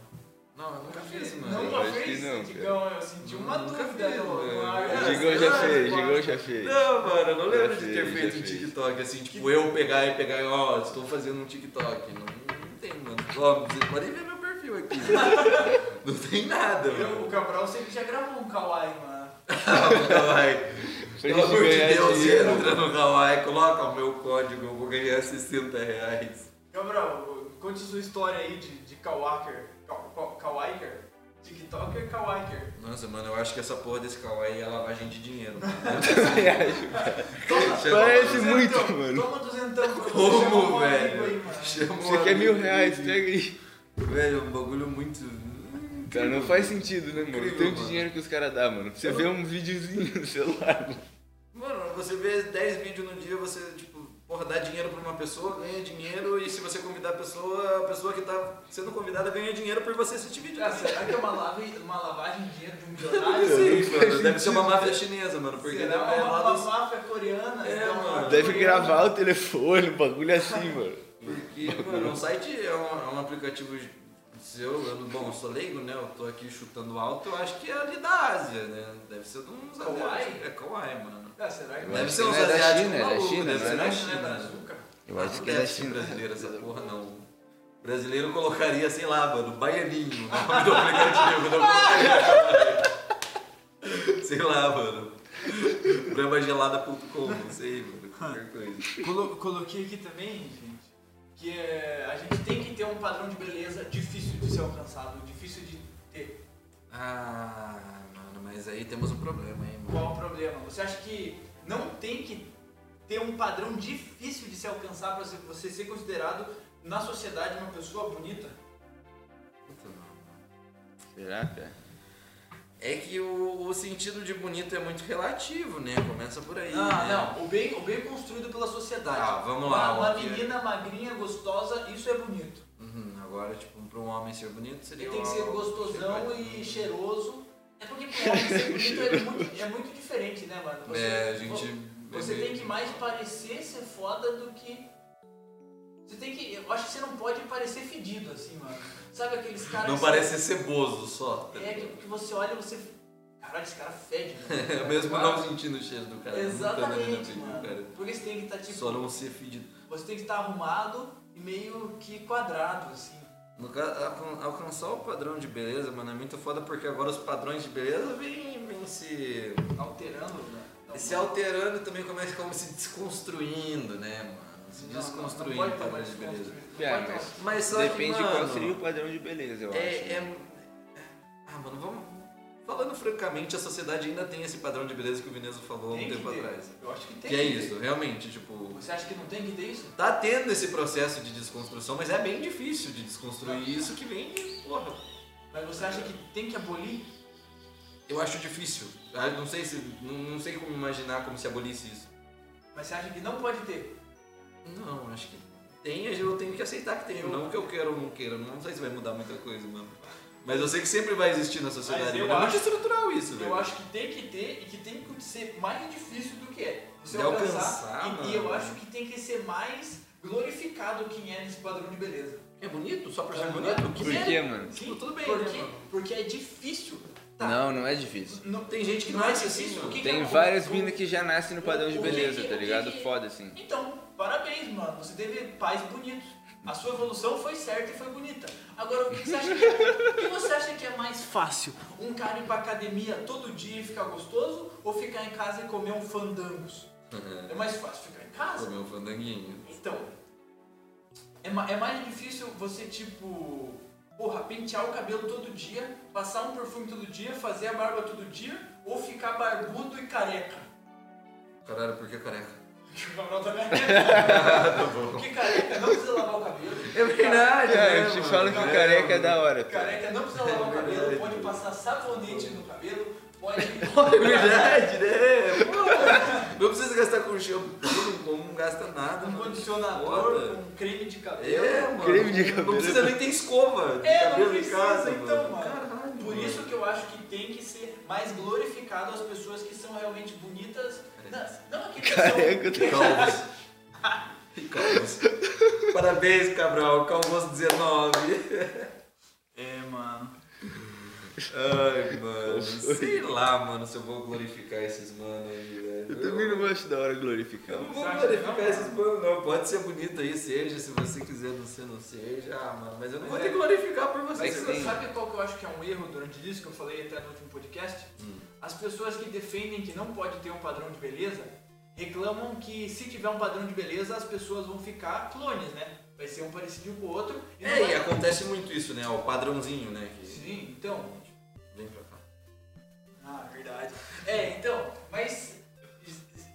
Não, eu nunca fiz, mano. eu Nunca acho fez, que não, Digão? tipo, Eu senti uma Nunca dúvida. fiz, no- velho. no ar. Eu digo, Digão já Ah, fez, tipo, claro. Digão já fez. Não, mano, eu não Já lembro de ter fez, feito já um fez. TikTok, assim, tipo, eu pegar e pegar e, ó, estou fazendo um TikTok. Não, não tem, mano. Ó, vocês podem ver meu perfil aqui. né? não tem nada, Eu- mano. o Cabral sempre já gravou um kawaii, mano. Kawaii. Pra Pelo gente amor de ganhar Deus, dinheiro. entra no Kawaii, coloca o meu código, eu vou ganhar 60 reais. Cabral, conte sua história aí de, de kawaker. Ka- ka- Kawaiker? TikToker, kawaiker. Nossa, mano, eu acho que essa porra desse Kawaii é lavagem de dinheiro. mano. Toma- é toma Parece duzentão, muito, mano. Toma duzentão. quando Como, você chama um velho? amigo aí, mano. Chama um Você quer é mil amigo. reais, né? pega aí. Velho, é um bagulho muito. Cara, não faz sentido, né, mano? Incrível, O tanto de mano. dinheiro que os caras dão, mano. Você vê um videozinho no celular, mano. Mano, você vê 10 vídeos no dia, você, tipo, porra, dá dinheiro pra uma pessoa, ganha dinheiro, e se você convidar a pessoa, a pessoa que tá sendo convidada ganha dinheiro por você assistir vídeo. Ah, será que é uma, lava, uma lavagem de dinheiro de um milionário? Não sei, Não faz mano. Deve sentido. ser uma máfia chinesa, mano, porque Será deve ter é uma, uma rolado. máfia coreana? É, Então, mano. Deve gravar o telefone, um bagulho assim, mano. Porque, mano, o site é um, é um aplicativo seu, eu, não- bom, eu sou leigo, né? Eu tô aqui chutando alto, eu acho que é ali da Ásia, né? Deve ser de uns Kawaii? asiáticos. É Kawaii, mano. Ah, será que Eu Deve acho ser que uns não é da asiáticos China, é da malucos, China, deve não é ser da da China, China. né? né? Eu Ah, acho não que é deve da ser China. brasileiro essa porra, não. O brasileiro colocaria, sei lá, mano, baianinho, o nome do aplicativo, não colocaria. Sei lá, mano. Bramagelada.com, não sei, mano. é Qualquer coisa. Colo- coloquei aqui também, gente, que é, a gente tem que ter um padrão de beleza difícil de ser alcançado, difícil de ter. Ah, mano, mas aí temos um problema, hein, mano. Qual o problema? Você acha que não tem que ter um padrão difícil de se alcançar para você ser considerado na sociedade uma pessoa bonita? Puta, mano. Será, cara? É que o, o sentido de bonito é muito relativo, né? Começa por aí. Ah, né? não. O bem, o bem construído pela sociedade. Ah, vamos lá, Uma, uma ok. menina magrinha, gostosa, isso é bonito. Uhum, agora, tipo, pra um homem ser bonito seria. Ele tem que ser um- gostosão e cheiroso. É porque pro homem ser bonito é muito, é muito diferente, né, mano? Você- É, a gente. Você tem que mais parecer ser foda do que. Você tem que. Eu acho que você não pode parecer fedido assim, mano. Sabe aqueles caras. Não que- parece ceboso só. tá É, que, ligado? que você olha e você. Caralho, esse cara fede, É mano. mesmo Cara, não sentindo o cheiro do cara. não tá na minha Exatamente, frente, mano. cara. Porque você tem que estar tipo. Só não ser fedido. Você tem que estar arrumado e meio que quadrado, assim. No caso, alcan- alcançar o padrão de beleza, mano, é muito foda porque agora os padrões de beleza vêm, vêm se, Alterando, né? Não, se não- alterando e também começa como se desconstruindo, né, mano? Se não, desconstruindo não o pode ter padrão né, mais de beleza. desconstruído. É, Não pode ter mas- mais- Mas só Depende que, de mano, qual seria o padrão de beleza, eu acho. É, né? é- Ah, mano, vamos. Falando francamente, a sociedade ainda tem esse padrão de beleza que o Veneza falou há um Tem que tempo ter. atrás. Eu acho que tem. Que é que ter. isso, realmente, tipo. Você acha que não tem que ter isso? Tá tendo esse processo de desconstrução, mas é bem difícil de desconstruir É. isso que vem, porra. Mas você acha que tem que abolir? Eu acho difícil. Ah, eu Não sei se, não, não sei como imaginar como se abolisse isso. Mas você acha que não pode ter? Não, acho que tem, eu tenho que aceitar que tem. Não que eu queira ou não queira, não sei se vai mudar muita coisa, mano. Mas eu sei que sempre vai existir na sociedade. Mas eu Mas é muito acho- estrutural isso, velho. Eu acho que tem que ter e que tem que ser mais difícil do que é. Você De alcançar, e- e, mano. eu acho que tem que ser mais glorificado quem é nesse padrão de beleza. É bonito? Só pra ser É bonito? bonito. Que Por merda. quê, mano? Sim, tudo bem, Por né, quê? mano? Porque é difícil. Tá. Não, não é difícil. Não, Tem gente que Não não é é acessível. difícil. O que que Tem é- várias minas que já nascem no padrão de o que que- beleza, o tá que ligado? que- Foda, assim. Então, parabéns, mano. Você teve pais bonitos. A sua evolução foi certa e foi bonita. Agora, o que você acha que, é, o que você acha que é mais fácil? Um cara ir pra academia todo dia e ficar gostoso ou ficar em casa e comer um fandangos? Uhum. É mais fácil ficar em casa? Comer um fandanguinho. Então, é, ma- é mais difícil você, tipo, porra, pentear o cabelo todo dia, passar um perfume todo dia, fazer a barba todo dia, ou ficar barbudo e careca. Caralho, por que careca? Que o Gabriel tá careca. Tá Porque careca não precisa lavar o cabelo. É verdade, né, É, eu te falo que Não, careca é da hora, cara. Careca não precisa lavar o É cabelo, verdade. pode passar sabonete no cabelo, pode. É verdade, né? Pô, Não precisa gastar com shampoo, não gasta nada, um mano. condicionador, Foda. um creme de cabelo. É, mano. Creme de cabelo. Não precisa nem ter escova de É, não cabelo em precisa, casa, então, mano. mano. Caralho, Por mano. isso que eu acho que tem que ser mais glorificado as pessoas que são realmente bonitas. É. Não, não aqueles que Careca, são... Calvos. Calvos. Parabéns, Cabral. Calvos 19. É, mano. Ai, mano. Sei lá, mano, se eu vou glorificar esses mano aí, velho. Eu também não gosto da hora Eu glorificar. não vou Você acha glorificar que não? esses manos, não. Pode ser bonito aí, seja. Se você quiser, não ser, não seja. Ah, mano, mas eu não vou Mas ter é. que glorificar por você. Mas Você tem- não sabe. Sabe qual que eu acho que é um erro durante isso que eu falei até no último podcast? Hum. As pessoas que defendem que não pode ter um padrão de beleza reclamam que se tiver um padrão de beleza as pessoas vão ficar clones, né? Vai ser um parecido com o outro. E não É, e vai- acontece muito isso, né? O padrãozinho, né? que- Sim, então. Vem pra cá. Ah, verdade. É, então, mas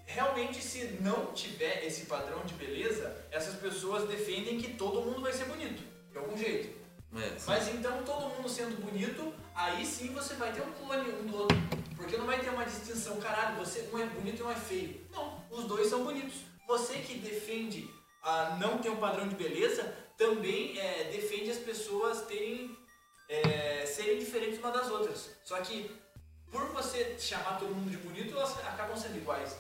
realmente se não tiver esse padrão de beleza, essas pessoas defendem que todo mundo vai ser bonito, de algum jeito. É, sim. Mas então todo mundo sendo bonito, aí sim você vai ter um clone um do outro. Porque não vai ter uma distinção, caralho, você um é bonito e um é feio. Não, os dois são bonitos. Você que defende a não ter um padrão de beleza, também é, defende as pessoas terem é, serem diferentes uma das outras. Só que por você chamar todo mundo de bonito, elas acabam sendo iguais.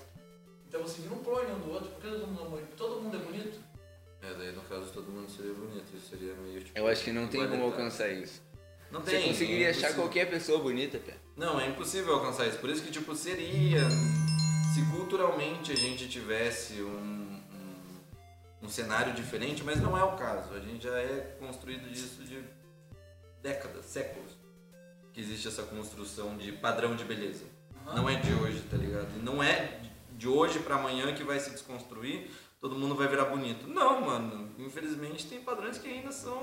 Então você vira um clone um do outro, porque todo mundo é bonito. Todo mundo é bonito. É, daí no caso todo mundo seria bonito. Isso seria meio tipo. Eu acho que não tem como igualitário. alcançar isso. Não Você tem. conseguiria é achar impossível. qualquer pessoa bonita, pé. Não, é impossível alcançar isso. Por isso que, tipo, seria. Se culturalmente a gente tivesse um, um, um cenário diferente, mas não é o caso. A gente já é construído disso de décadas, séculos. Que existe essa construção de padrão de beleza. Não é de hoje, tá ligado? E Não é de hoje pra amanhã que vai se desconstruir, todo mundo vai virar bonito. Não, mano. Infelizmente tem padrões que ainda são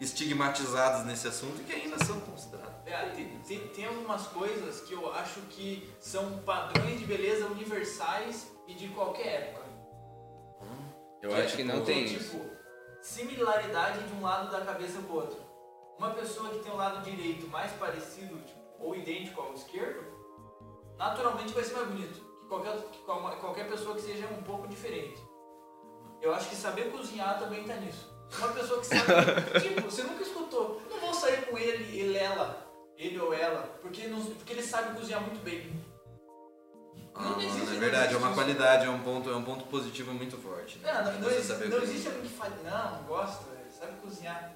estigmatizados nesse assunto e que ainda são considerados. É, tem, tem, tem algumas coisas que eu acho que são padrões de beleza universais e de qualquer época. Eu É, acho que tipo, não tem isso. Tipo, similaridade de um lado da cabeça pro outro. Uma pessoa que tem o lado direito mais parecido tipo, ou idêntico ao esquerdo, naturalmente vai ser mais bonito que qualquer, que qual- qualquer pessoa que seja um pouco diferente. Eu acho que saber cozinhar também tá nisso. Uma pessoa que sabe. tipo, você nunca escutou. Não vou sair com ele, ele, ela, ele ou ela, porque, não- porque ele sabe cozinhar muito bem. Não Ah, existe, é não verdade, é existe uma isso. qualidade, é um ponto, é um ponto positivo muito forte. Né? Não, não, não Você existe, saber não cozinhar. existe alguém que fale, não, não gosto, velho, sabe cozinhar.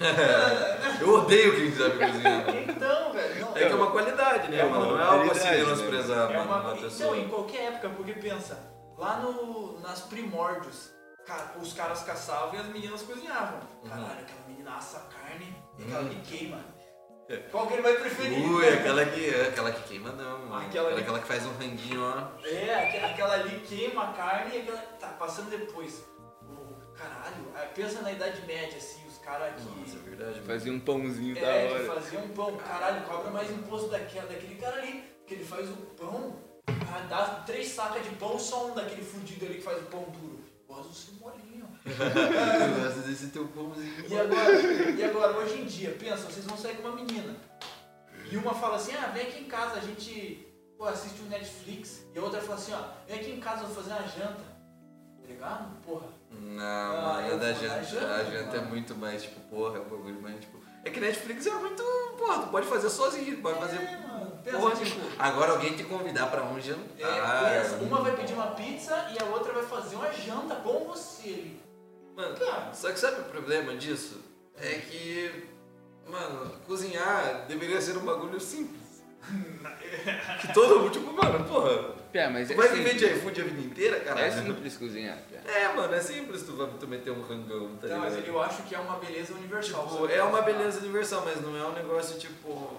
é Eu odeio quem sabe cozinhar. Então, velho, não. É que é uma qualidade, né, É uma mano? Não é algo assim qualidade, né? menosprezar, É mano. uma- Uma Então, pessoa. em qualquer época, porque pensa, lá no, nas primórdios, ca- os caras caçavam e as meninas cozinhavam. Uhum. Caralho, aquela menina assa a carne e aquela que queima. Qual que ele vai preferir? É. Ui, aquela que, é, aquela que queima não, mano. Aquela Aquela, que- aquela que faz um ranguinho, ó. É, aque- aquela ali queima a carne e aquela. Tá, passando depois. O- Caralho, aí pensa na Idade Média, assim, os caras que. Nossa, é verdade, mano. Fazer um pãozinho da É, que hora. fazia um pão. Caralho, cobra mais imposto daquela, daquele cara ali. Porque ele faz o pão. Ah, dá três sacas de pão, só um daquele fudido ali que faz o pão duro. Gosto do seu molinho. Eu gosto desse teu pãozinho. E agora, e agora, hoje em dia, pensa, vocês vão sair com uma menina. E uma fala assim, ah, vem aqui em casa, a gente pô, assiste um Netflix. E a outra fala assim, ó, vem aqui em casa, eu vou fazer uma janta. Tá ligado? Porra. Não, mano, Ah, eu a vou na da janta. janta, A janta é mano. muito mais, tipo, porra, é um bagulho mais, tipo. É que Netflix é muito. Porra, tu pode fazer sozinho, tu pode fazer. É, mano, pensa, Porra, tipo, tipo, agora alguém te convidar pra um é, jantar. pensa, uma vai pedir uma pizza e a outra vai fazer uma janta com você. ali. Mano, Cara, só que sabe o problema disso? É que. Mano, cozinhar deveria ser um bagulho simples. que todo mundo, tipo, mano, porra. Pé, mas Tu é vai viver simples. de iFood a vida inteira, É caralho? simples cozinhar, pé. É, mano, é simples tu, vai- tu meter um rangão, tá tá, mas ligado? eu acho que é né? uma beleza universal. Tipo, sabe? é uma beleza universal, mas não é um negócio, tipo,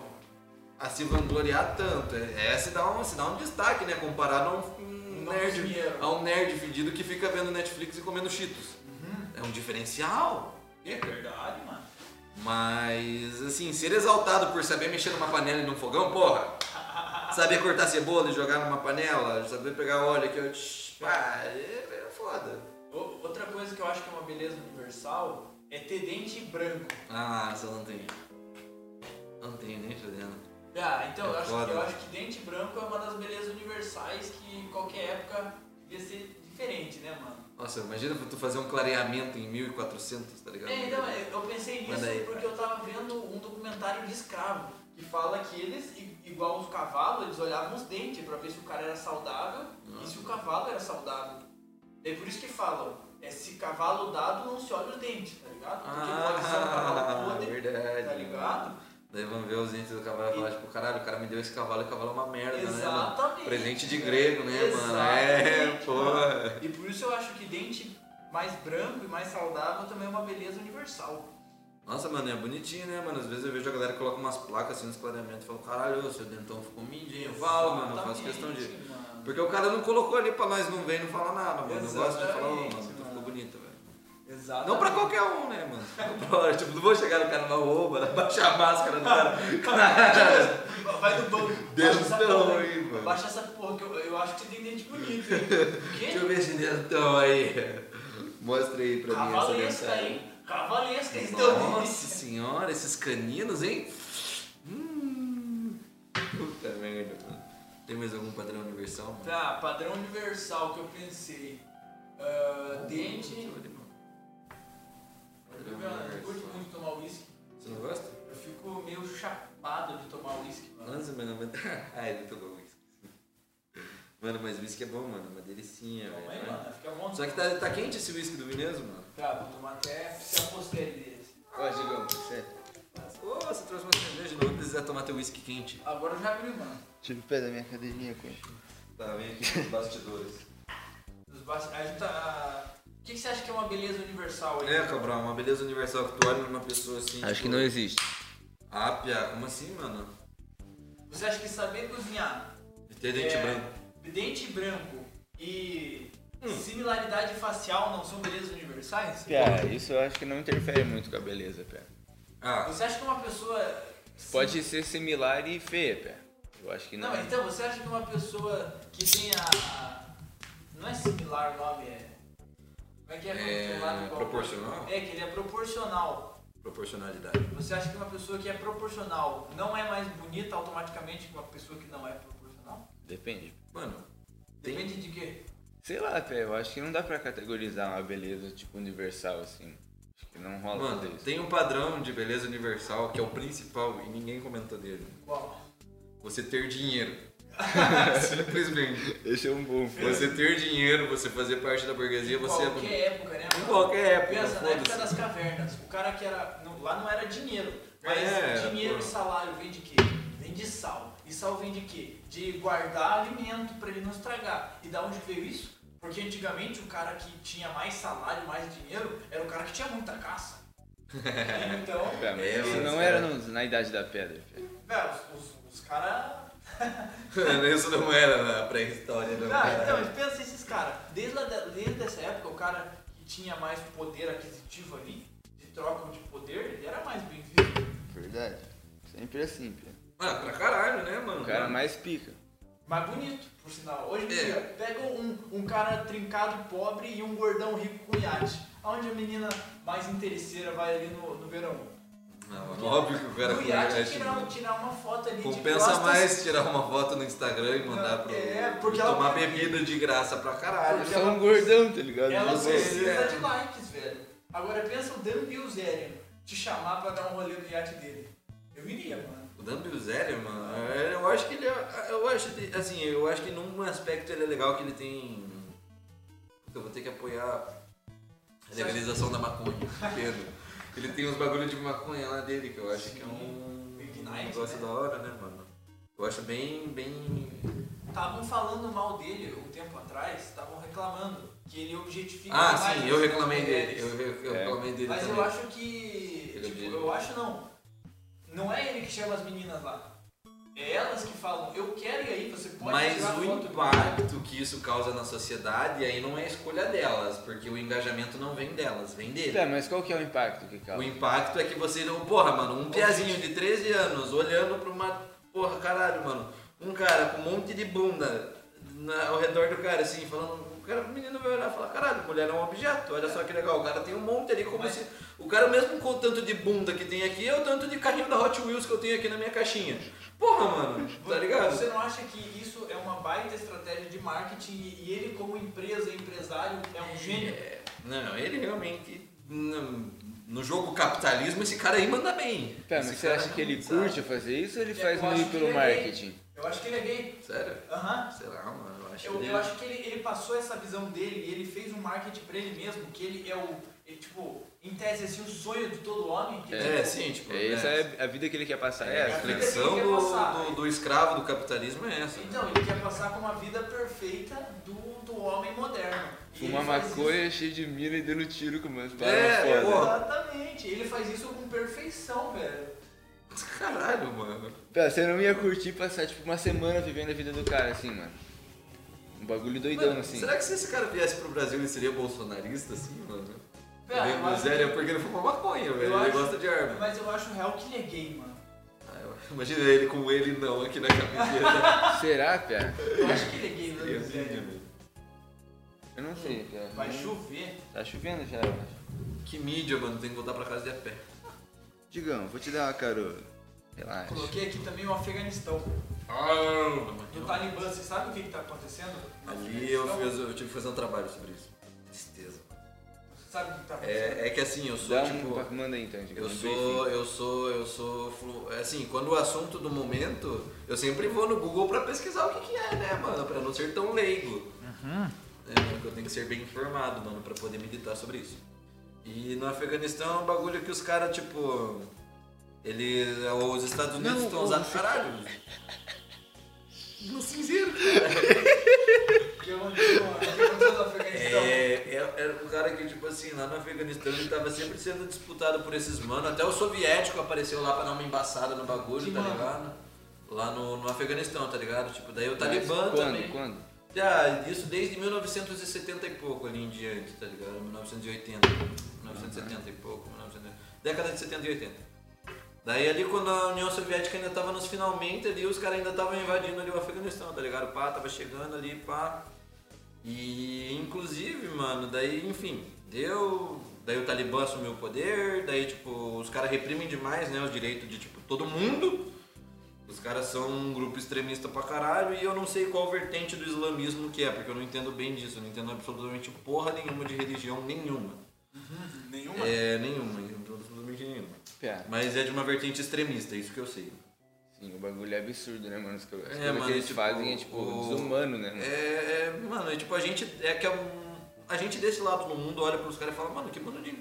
a se vangloriar tanto. É, é se, dar um, se dar um destaque, né? Comparado a um, um Não nerd, cozinheiro. a um nerd fedido que fica vendo Netflix e comendo Cheetos. Uhum. É um diferencial. É verdade, mano. Mas, assim, ser exaltado por saber mexer numa panela e num fogão, porra. Saber cortar cebola e jogar numa panela, saber pegar óleo aqui, ó, tsh, pá, é, é foda. O- Outra coisa que eu acho que é uma beleza universal é ter dente branco. Ah, só não tem. Não tem nem fazendo. Ah, então, É eu, acho foda. que, eu acho que dente branco é uma das belezas universais que em qualquer época devia ser diferente, né, mano? Nossa, imagina tu fazer um clareamento em 1400, tá ligado? É, então, eu eu pensei nisso Manda aí, porque eu tava vendo um documentário de escravo que fala que eles, i- igual os cavalos, eles olhavam os dentes pra ver se o cara era saudável e se o cavalo era saudável. É por isso que falam, é se cavalo dado não se olha os dentes, tá ligado? Porque pode ser um cavalo Ah, podre, verdade. tá ligado? Daí vão ver os dentes do cavalo e falar, tipo, caralho, o cara me deu esse cavalo e o cavalo é uma merda, né, mano? Exatamente. Presente de grego, né, mano? É, Exatamente, mano. porra. E por isso eu acho que dente mais branco e mais saudável também é uma beleza universal. Nossa, mano, é bonitinho, né, mano? Às vezes eu vejo a galera que coloca umas placas assim nos clareamentos e fala, caralho, seu dentão ficou mindinho. Eu falo, mano, eu faço questão de. Exatamente, mano. Porque o cara não colocou ali pra nós não vem não fala nada, mano. Eu gosto de falar, ô, mano, Exatamente, tu ficou mano. bonito, velho. Exatamente. Não pra qualquer um, né, mano? Pra- tipo, não vou chegar no cara na roupa, baixar a máscara do cara. Caralho, Vai do banco. Deus Baixa essa não, porra, hein, mano. Baixa essa porra que eu, eu acho que você tem dente bonito. hein? O Deixa quê? eu ver esse dentão aí. Mostra aí pra Ah, mim Cavalesca, essa dentadura. hein? Cavalesca, esse teu dente. Então, Nossa senhora, esses caninos, hein? Hum. Puta merda, mano. Tem mais algum padrão universal, mano? Tá, padrão universal que eu pensei. Ah, dente. Deixa eu ver, mano. Eu não curto muito tomar uísque. Você não gosta? Eu fico meio chapado de tomar uísque, mano. Nossa, mano, mas... Ai, muito bom whisky. Mano, mas whisky é bom, mano. É uma delicinha, Calma aí, velho. mano. Fica bom. Só que tá, tá quente esse whisky do Vineso, mano. Tá, vou tomar até se a posterior deles. Ó, Digão, você. Ô, você trouxe uma cerveja, não vou precisar tomar teu whisky quente. Agora eu já abri, mano. Tira o pé da minha cadeirinha, coxa. Tá, vem aqui nos bastidores. Os baixos. A gente tá. O que, que você acha que é uma beleza universal aí? É, Cabral, uma beleza universal que tu olha numa pessoa assim. Acho que não existe. Ah, Pia, como assim, mano? Você acha que saber cozinhar, E ter dente É. branco. Hum. dente branco e similaridade facial não são belezas universais? Pé, isso eu acho que não interfere muito com a beleza, pé. Ah, Você acha que uma pessoa. Pode ser similar e feia, pé. Eu acho que não. Não, né? então você acha que uma pessoa que tem a. Não é similar o nome, é. Como é que é? É, Quando tu lá no- proporcional? É, que ele é proporcional. proporcionalidade. Você acha que uma pessoa que é proporcional não é mais bonita automaticamente que uma pessoa que não é proporcional? Depende. Mano, Tem. Depende de quê? Sei lá, pé, eu acho que não dá pra categorizar uma beleza, tipo, universal, assim. Acho que não rola mano, tudo isso. tem um padrão de beleza universal que é o principal e ninguém comentou dele. Qual? Você ter dinheiro. Simplesmente. Esse é um bom, pé. Você ter dinheiro, você fazer parte da burguesia, você é qualquer bonito. época, né? Em mano? qualquer época, Pensa, na época foda-se. das cavernas, o cara que era. não- lá não era dinheiro, mas É, era, dinheiro pô. e salário vem de quê? Vem de sal. E sal vem de quê? De guardar alimento pra ele não estragar. E da onde veio isso? Porque antigamente o cara que tinha mais salário, mais dinheiro, era o cara que tinha muita caça. Então, Pé, mas É, isso mano, não cara. era no- na idade da pedra, pé. velho, é, os, os, os caras É, Isso não era na pré-história, não. Ah, cara. então, pensa esses caras. Desde, lá da- desde essa época, o cara que tinha mais poder aquisitivo ali, de troca de poder, ele era mais bem visto. Verdade. Sempre assim, pé. Ah, pra caralho, né, mano? O cara mais pica. Mais bonito, por sinal. Hoje em É. dia, pega um, um cara trincado pobre e um gordão rico com iate. Aonde a menina mais interesseira vai ali no, no verão? Não, mano, óbvio que o cara no com iate, iate, tirar, um, mano. tirar uma foto ali de é, tipo, Compensa costas. mais tirar uma foto no Instagram e mandar pro. É, porque e ela- tomar bebida de graça pra caralho. né? Eu Porque sou ela- é um gordão, tá ligado? Ela Não sei. precisa é. de likes, velho. Agora pensa o Dan Bilzerian, te chamar pra dar um rolê no iate dele. Eu iria, mano. O Dan Bilzerian, mano, eu acho que ele é. Eu acho que, assim, eu acho que num aspecto ele é legal que ele tem. Puta, Eu vou ter que apoiar a legalização da maconha, Pedro. Ele tem uns bagulho de maconha lá dele, que eu acho que é um Ignite, negócio né? da hora, né, mano? Eu acho bem, bem. Estavam falando mal dele um tempo atrás, estavam reclamando que ele objetifica Ah, mais sim, eu as reclamei mulheres. dele. Eu, eu- eu É. reclamei dele né? Mas também. eu acho que. Ele é Tipo, odeia. eu acho não. Não é ele que chama as meninas lá. É elas que falam, eu quero ir aí, você pode Mas tirar o foto. impacto que isso causa na sociedade aí não é escolha delas, porque o engajamento não vem delas, vem dele. Tá, mas qual que é o impacto que O causa? impacto é que você não. Porra, mano, um piazinho de 13 anos olhando pra uma. Porra, caralho, mano. Um cara com um monte de bunda na- ao redor do cara, assim, falando. O, cara, o menino vai olhar e falar: caralho, mulher é um objeto, olha só que legal. O cara tem um monte ali, como Mas- se. O cara, mesmo com o tanto de bunda que tem aqui, é o tanto de carrinho da Hot Wheels que eu tenho aqui na minha caixinha. Porra, mano, tá ligado? Você não acha que isso é uma baita estratégia de marketing e ele como empresa, empresário, é um gênio? É, não, ele realmente. não, no jogo capitalismo, esse cara aí manda bem. Tá, Esse mas você cara acha que ele sabe. curte fazer isso ou ele Eu faz acho meio que pelo ele é gay. marketing? Eu acho que ele é gay. Sério? Aham. Sei lá, mano, eu acho Eu, que. é. eu acho que ele, ele passou essa visão dele e ele fez um marketing pra ele mesmo, que ele é o. Ele, tipo, em tese assim, o sonho de todo homem. Que É, tipo, sim, tipo. É, essa né? é a vida que ele quer passar, É, é a essa. né? reflexão Ele quer passar. do, do, do escravo do capitalismo é essa. Então, ele quer passar com uma vida perfeita do, do homem moderno. E Fumar ele faz maconha cheio de mina e dando tiro com umas É, isso- paradas foda. porra. Exatamente. Ele faz isso com perfeição, velho. Caralho, mano. Pera, você não ia curtir passar tipo uma semana vivendo a vida do cara assim, mano. Um bagulho doidão Mano, assim. Será que se esse cara viesse pro Brasil ele seria bolsonarista assim, mano? Pera, Bem É, eu acho miséria, que- porque ele fuma maconha, velho. Ele acho- gosta de arma. Mas eu acho real que ele é gay, mano. Ah, eu- Imagina ele com ele não aqui na camiseta. Será, Pia? Eu acho que ele é gay, Seria assim, velho. velho. Eu não sei, Pia. Vai Não- chover. Tá chovendo já, eu acho. que mídia, mano, tem que voltar pra casa de a pé. Digão, vou te dar uma carona. Relaxa. Coloquei aqui também o Afeganistão. No Ah, Talibã, você sabe o que, que tá acontecendo? no Ali eu, Afeganistão? fiz- eu tive que fazer um trabalho sobre isso. Tristeza. Você sabe o que que tá acontecendo? É, é que assim, eu sou Dá um. tipo. Manda aí então, Digão. Eu um sou, eu sou, eu sou, flu- assim, quando o assunto do momento, eu sempre vou no Google pra pesquisar o que que é, né, mano, pra não ser tão leigo. É, mano, que eu tenho que ser bem informado, mano, pra poder meditar sobre isso. E no Afeganistão é um bagulho que os caras, tipo, ele, os Estados Unidos Não, estão ô, usando você- caralho. No cinzeiro. O que aconteceu o que aconteceu no Afeganistão? É, é- era um cara que, tipo assim, lá no Afeganistão ele tava sempre sendo disputado por esses mano. Até o soviético apareceu lá pra dar uma embaçada no bagulho, Que tá mano? ligado? Lá no, no Afeganistão, tá ligado? Tipo, daí o bife. Mas Talibã quando, também. Quando? Ah, isso desde 1970 e pouco ali em diante, tá ligado? 1980, 1970 e pouco, 1980, década de 70 e 80. Daí ali quando a União Soviética ainda tava nos finalmente ali, os caras ainda estavam invadindo ali o Afeganistão, tá ligado? Pá, tava chegando ali, pá. E inclusive, mano, daí, enfim, deu. Daí o Talibã assumiu o poder, daí tipo, os caras reprimem demais, né, os direitos de tipo todo mundo. Os caras são um grupo extremista pra caralho e eu não sei qual vertente do islamismo que é, porque eu não entendo bem disso, eu não entendo absolutamente porra nenhuma de religião nenhuma. Nenhuma? É, nenhuma, absolutamente nenhuma. Pia. Mas é de uma vertente extremista, isso que eu sei. Sim, o bagulho é absurdo, né, mano? As coisas É, as coisas mano, que eles tipo, fazem é tipo o- desumano, né? mano? É, é, mano, é tipo, a gente é que é um- a gente desse lado do mundo olha pros caras e fala, mano, que bando de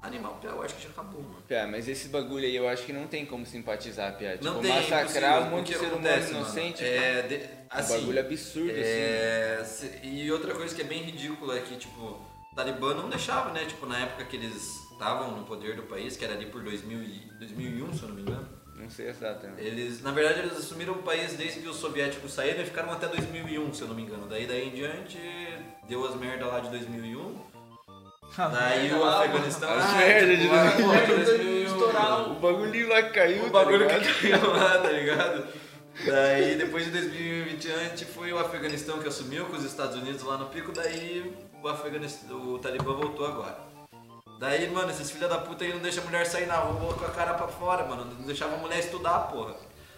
animal, eu acho que já acabou, mano. Pia, mas esse bagulho aí eu acho que não tem como simpatizar, Pia. Tipo, não tem é massacrar impossível, um monte de porque ser acontece, humano mano. inocente. É, de- Um assim, bagulho absurdo, assim. É, se- e outra coisa que é bem ridícula é que, tipo, o Talibã não deixava, né? Tipo, na época que eles estavam no poder do país, que era ali por 2000 e- 2001, se eu não me engano, Não sei exato, né? eles, na verdade, eles assumiram o país desde que os soviéticos saíram e ficaram até 2001, se eu não me engano. Daí, daí em diante, deu as merda lá de 2001. Daí o lá, Afeganistão... Ah, mano. As ah, merda de tipo, ah, pô, 2001. 2001, Estourar O bagulhinho lá caiu, o bagulho tá ligado? que caiu lá, tá ligado? Daí depois de 2020 antes foi o Afeganistão que assumiu com os Estados Unidos lá no pico, daí o Afeganistão, o Talibã voltou agora. Daí, mano, esses filha da puta aí não deixam a mulher sair na rua com a cara pra fora, mano. Não deixava a mulher estudar, porra.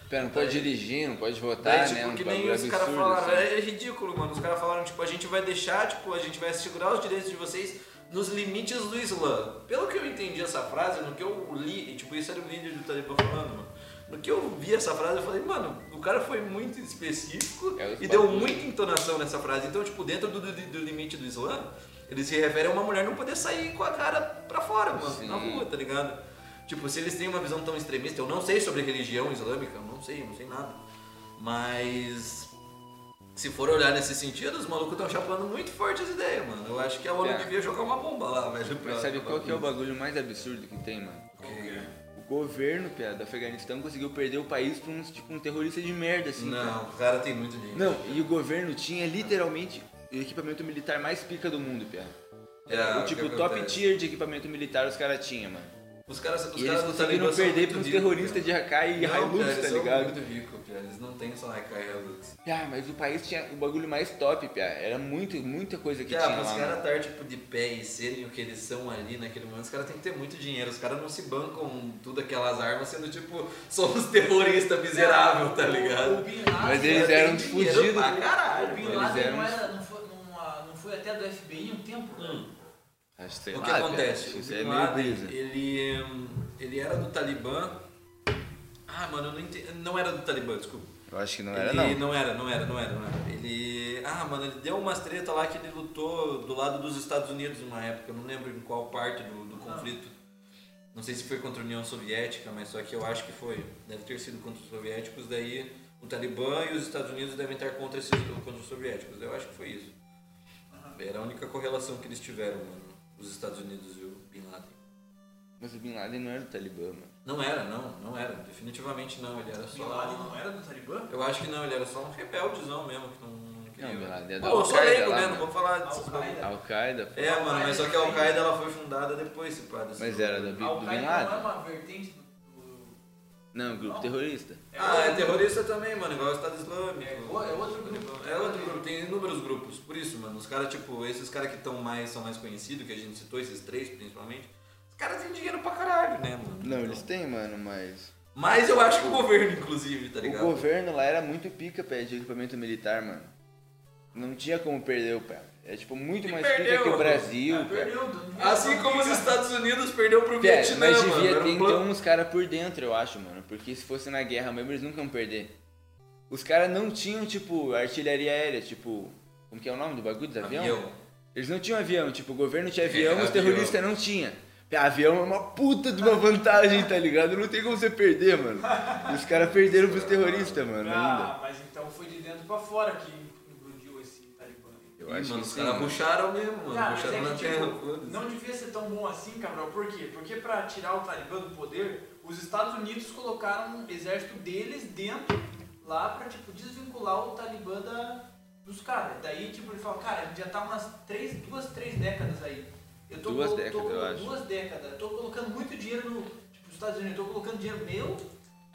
Pera, não pode dirigir, não pode votar, Daí, tipo, né? Um que nem bagulho os caras absurdo, falaram, né? assim. é ridículo, mano. Os caras falaram, tipo, a gente vai deixar, tipo, a gente vai segurar os direitos de vocês nos limites do Islã. Pelo que eu entendi essa frase, no que eu li, e, tipo, isso era um vídeo do Talibã falando, mano. No que eu vi essa frase, eu falei, mano, o cara foi muito específico É, os e deu bagulho. muita entonação nessa frase. Então, tipo, dentro do, do- do limite do Islã, ele se refere a uma mulher não poder sair com a cara pra fora, mano, na Sim. rua, tá ligado? Tipo, se eles têm uma visão tão extremista, eu não sei sobre religião islâmica, eu não sei, eu não sei nada. Mas se for olhar nesse sentido, os malucos estão chapando muito forte as ideias, mano. Eu acho que a ONU É. devia jogar uma bomba lá, velho. pra- Mas sabe pra- qual que é o né? bagulho mais absurdo que tem, mano? O governo, piada, do Afeganistão conseguiu perder o país pra uns, tipo, um terrorista de merda, assim. cara. Não, o cara tem muito dinheiro. Não, e o governo tinha literalmente o equipamento militar mais pica do mundo, piada. É, o tipo, que top acontece? tier de equipamento militar os caras tinham, mano. Os caras, os tá e eles caras do Talibã conseguiram são perder muito pra uns ricos, terroristas cara. de Hakai e né? Não, cara, Hilux, eles tá são ligado? muito ricos, cara. Eles não têm só Hakai e Hilux. Ah, mas o país tinha o bagulho mais top, piá. Era muito, muita coisa que Porque, ah, tinha pros lá. caras mano. estar tipo, de pé e serem o que eles são ali naquele momento, os caras têm que ter muito dinheiro. Os caras não se bancam tudo aquelas armas sendo tipo, somos terroristas miserável, tá ligado? O Bin Laden- Mas eles Tem eram dinheiro fudidos. pra caralho, o Bin mano. eles Laden eram não, uns- era, não, foi, não, ah, não foi até do FBI um tempo? Hum. Acho sei O lá, que piá, acontece? Isso O é Bin meio Laden, brisa. ele, hum, ele era do Talibã. Ah, mano, eu não entendi. Não era do Talibã, desculpa. Eu acho que não era, ele não. era, não era, não era, não era. Ele. Ah, mano, ele deu umas treta lá que ele lutou do lado dos Estados Unidos numa época, eu não lembro em qual parte do, do Ah. conflito. Não sei se foi contra a União Soviética, mas só que eu acho que foi. Deve ter sido contra os soviéticos, daí o Talibã e os Estados Unidos devem estar contra, esses, contra os soviéticos. Eu acho que foi isso. Era a única correlação que eles tiveram, mano. Os Estados Unidos e o Bin Laden. Mas o Bin Laden não era do Talibã, mano. Não era, não, não era. Definitivamente não. Ele era O só. Bin Laden não era do Talibã? Eu acho que não, ele era só um rebeldezão mesmo, que não, não queria. Não, Bin Laden é da Pô, eu sou Al-Qaeda leigo, lá, né? Não mano. vou falar disso. Al-Qaeda. Al-Qaeda, pô. É, mano, mas só que a Al-Qaeda ela foi fundada depois, se pá. desse Mas grupo. era da, do Bin Al-Qaeda não é Laden. uma vertente do... do- Não, grupo Não. terrorista. Ah, é outro- terrorista também, mano, igual o Estado Islâmico. É o- é outro grupo. É outro grupo, tem inúmeros grupos. Por isso, mano, os caras, tipo, esses caras que tão mais, são mais conhecidos, que a gente citou, esses três principalmente, os caras têm dinheiro pra caralho, né, mano? Não, Então- eles têm, mano, mas. Mas eu acho que o governo, inclusive, tá O ligado? governo lá era muito pica, pé, de equipamento militar, mano. Não tinha como perder o pé. É tipo muito E mais perdeu, pica que o mano. Brasil, Ah, pé. perdeu, do- Assim como os Estados Unidos perdeu pro Pé, Vietnã, É, mas mano. devia era um ter plano- então uns caras por dentro, eu acho, mano. Porque se fosse na guerra mesmo, eles nunca iam perder. Os caras não tinham, tipo, artilharia aérea, tipo. Como que é o nome do bagulho dos avião? Avião. É, Eles não tinham avião, tipo, o governo tinha avião, os avião. terroristas não tinham. Avião é uma puta de uma vantagem, tá ligado? Não tem como você perder, mano. E os caras perderam pros terroristas, mano, ainda. Ah, mas então foi de dentro pra fora que implodiu esse Talibã. Eu Ih, acho mano, que os sim. caras mano. puxaram mesmo, mano. Cara, mas puxaram é na que, terra. tipo, foda-se. não devia ser tão bom assim, Cabral. Por quê? Porque pra tirar o Talibã do poder, os Estados Unidos colocaram um exército deles dentro lá pra, tipo, desvincular o Talibã da, dos caras. Daí, tipo, ele fala, cara, a gente já tá umas três, duas, três décadas aí. Eu tô Duas colo- tô décadas, eu colo- acho. Duas décadas. Eu tô colocando muito dinheiro no... Tipo, os Estados Unidos, eu tô colocando dinheiro meu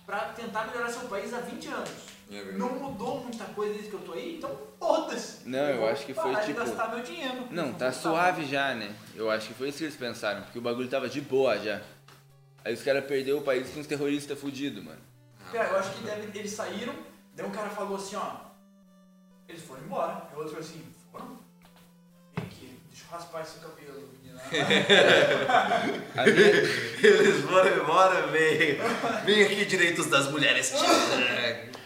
pra tentar melhorar seu país há 20 anos. É verdade. Não mudou muita coisa desde que eu tô aí, então foda-se. Não, eu vou acho que foi, parar de tipo, gastar meu dinheiro. Não, tá suave já, né? Eu acho que foi isso que eles pensaram, porque o bagulho tava de boa já. Aí os caras perderam o país com uns terroristas fudidos, mano. Cara, eu acho que deve- eles saíram, daí um cara falou assim, ó. Eles foram embora. E o outro falou assim, foram? Vem aqui, deixa eu raspar esse cabelo, menina. A minha, Eles foram embora, veio. Vem aqui, direitos das mulheres.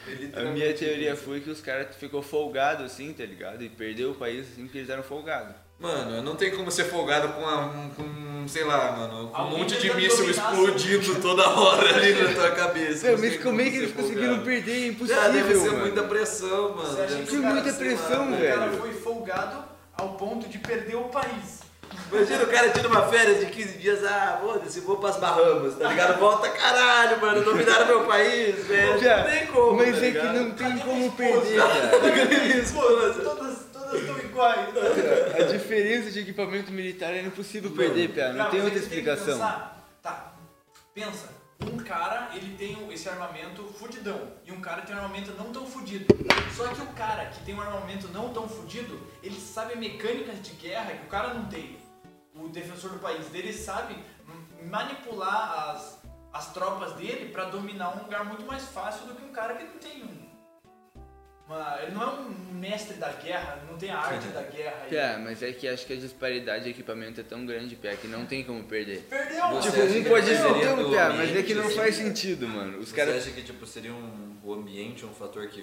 Ele É, a minha teoria foi que os caras ficou folgado assim, tá ligado? E perdeu o país assim porque eles eram folgados. Mano, não tem como ser folgado com, a, um- com sei lá, mano, com um Alguém monte de tentando míssil dominar, explodindo toda hora ali na tua cabeça. Meu, Não mas tem como é que ser eles folgado. conseguiram perder? É Ah, deve impossível, ser mano. muita pressão, mano. Você acha Deve que ser muita cara, sei pressão, mano. o cara velho. foi folgado ao ponto de perder o país. Imagina o cara tira uma férias de 15 dias, ah, foda-se, vou pras Bahamas, tá ligado? Volta, caralho, mano, dominaram meu país, velho. Já, Não tem como, mas tá é que ligado? não Cadê tem minha como esposa? perder, cara. Pô, todas, todas estão iguais. né? A diferença de equipamento militar é impossível perder, Pia. Não Cara, tem mas outra é que tem que explicação. pensar- tá, pensa. Um cara, ele tem esse armamento fudidão. E um cara tem um armamento não tão fudido. Só que o cara que tem um armamento não tão fudido, ele sabe mecânicas de guerra que o cara não tem. O defensor do país dele sabe m- manipular as, as tropas dele pra dominar um lugar muito mais fácil do que um cara que não tem um- uma- ele não é um mestre da guerra, ele não tem a arte da guerra. ele- Pia, mas é que acho que a disparidade de equipamento é tão grande, Pia, que não tem como perder. Perdeu, mano. Você Tipo, acha um que pode deveria ser do um Pia, mas é que ambiente, não assim, faz né? sentido, mano. Os Você caras. acha que tipo, seria um, o ambiente um fator que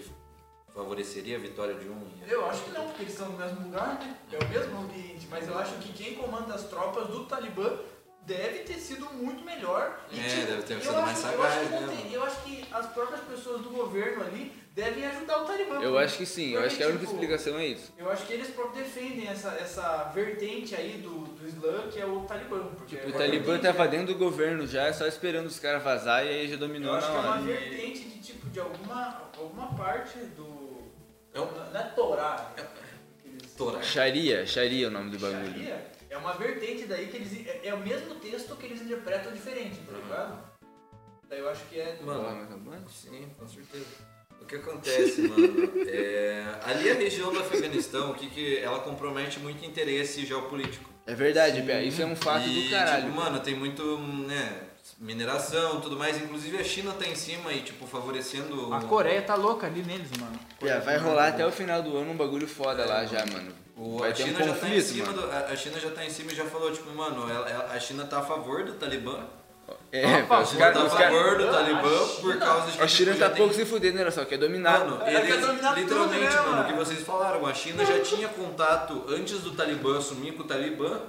favoreceria a vitória de um? e a- Eu acho que não, porque eles estão no mesmo lugar, né? É o mesmo ambiente, mas eu acho que quem comanda as tropas do Talibã deve ter sido muito melhor. e, É, tipo, deve ter eu sido acho- mais eu acho sagaz, que não né, tem- mano? Eu acho que as próprias pessoas do governo ali devem ajudar o Talibã. Eu porque- acho que sim, eu acho que a única porque, tipo, explicação é isso. Eu acho que eles próprios defendem essa, essa vertente aí do, do Islã, que é o Talibã. Porque é Tipo, O uma Talibã vertente, tava né? dentro do governo já, só esperando os caras vazar e aí já dominou Eu acho na que é uma hora. vertente de tipo de alguma, alguma parte do. É um- é Não é Torá. né? Que eles- Torá. Sharia, Sharia é o nome do bagulho. Sharia é uma vertente daí que eles. É, é o mesmo texto que eles interpretam diferente, tá Uhum. ligado? Daí eu acho que é. Porra, Mano, mas acabou? sim, com certeza. O que acontece, mano? É, ali a região do Afeganistão, o que que ela compromete muito interesse geopolítico. É verdade, Pia, isso é um fato e, do caralho. Tipo, mano, tem muito, né, mineração, tudo mais. Inclusive a China tá em cima e tipo favorecendo A o- Coreia tá louca ali neles, mano. Pia, É, vai rolar até o final do ano um bagulho foda lá já, mano. O, Vai a ter um China já tá em conflito, cima mano. do, a a China já tá em cima e já falou tipo, mano, ela- ela- a China tá a favor do Talibã. É, Opa, Pia, os A China caras. tá a os cara- favor do A Talibã China- por causa de que A China tipo, tá já tem- pouco se fudendo, ela só quer dominar. Mano, Ela eles, quer dominar tudo, literalmente, né, mano, mano? o que vocês falaram, a China já tinha contato antes do Talibã assumir com o Talibã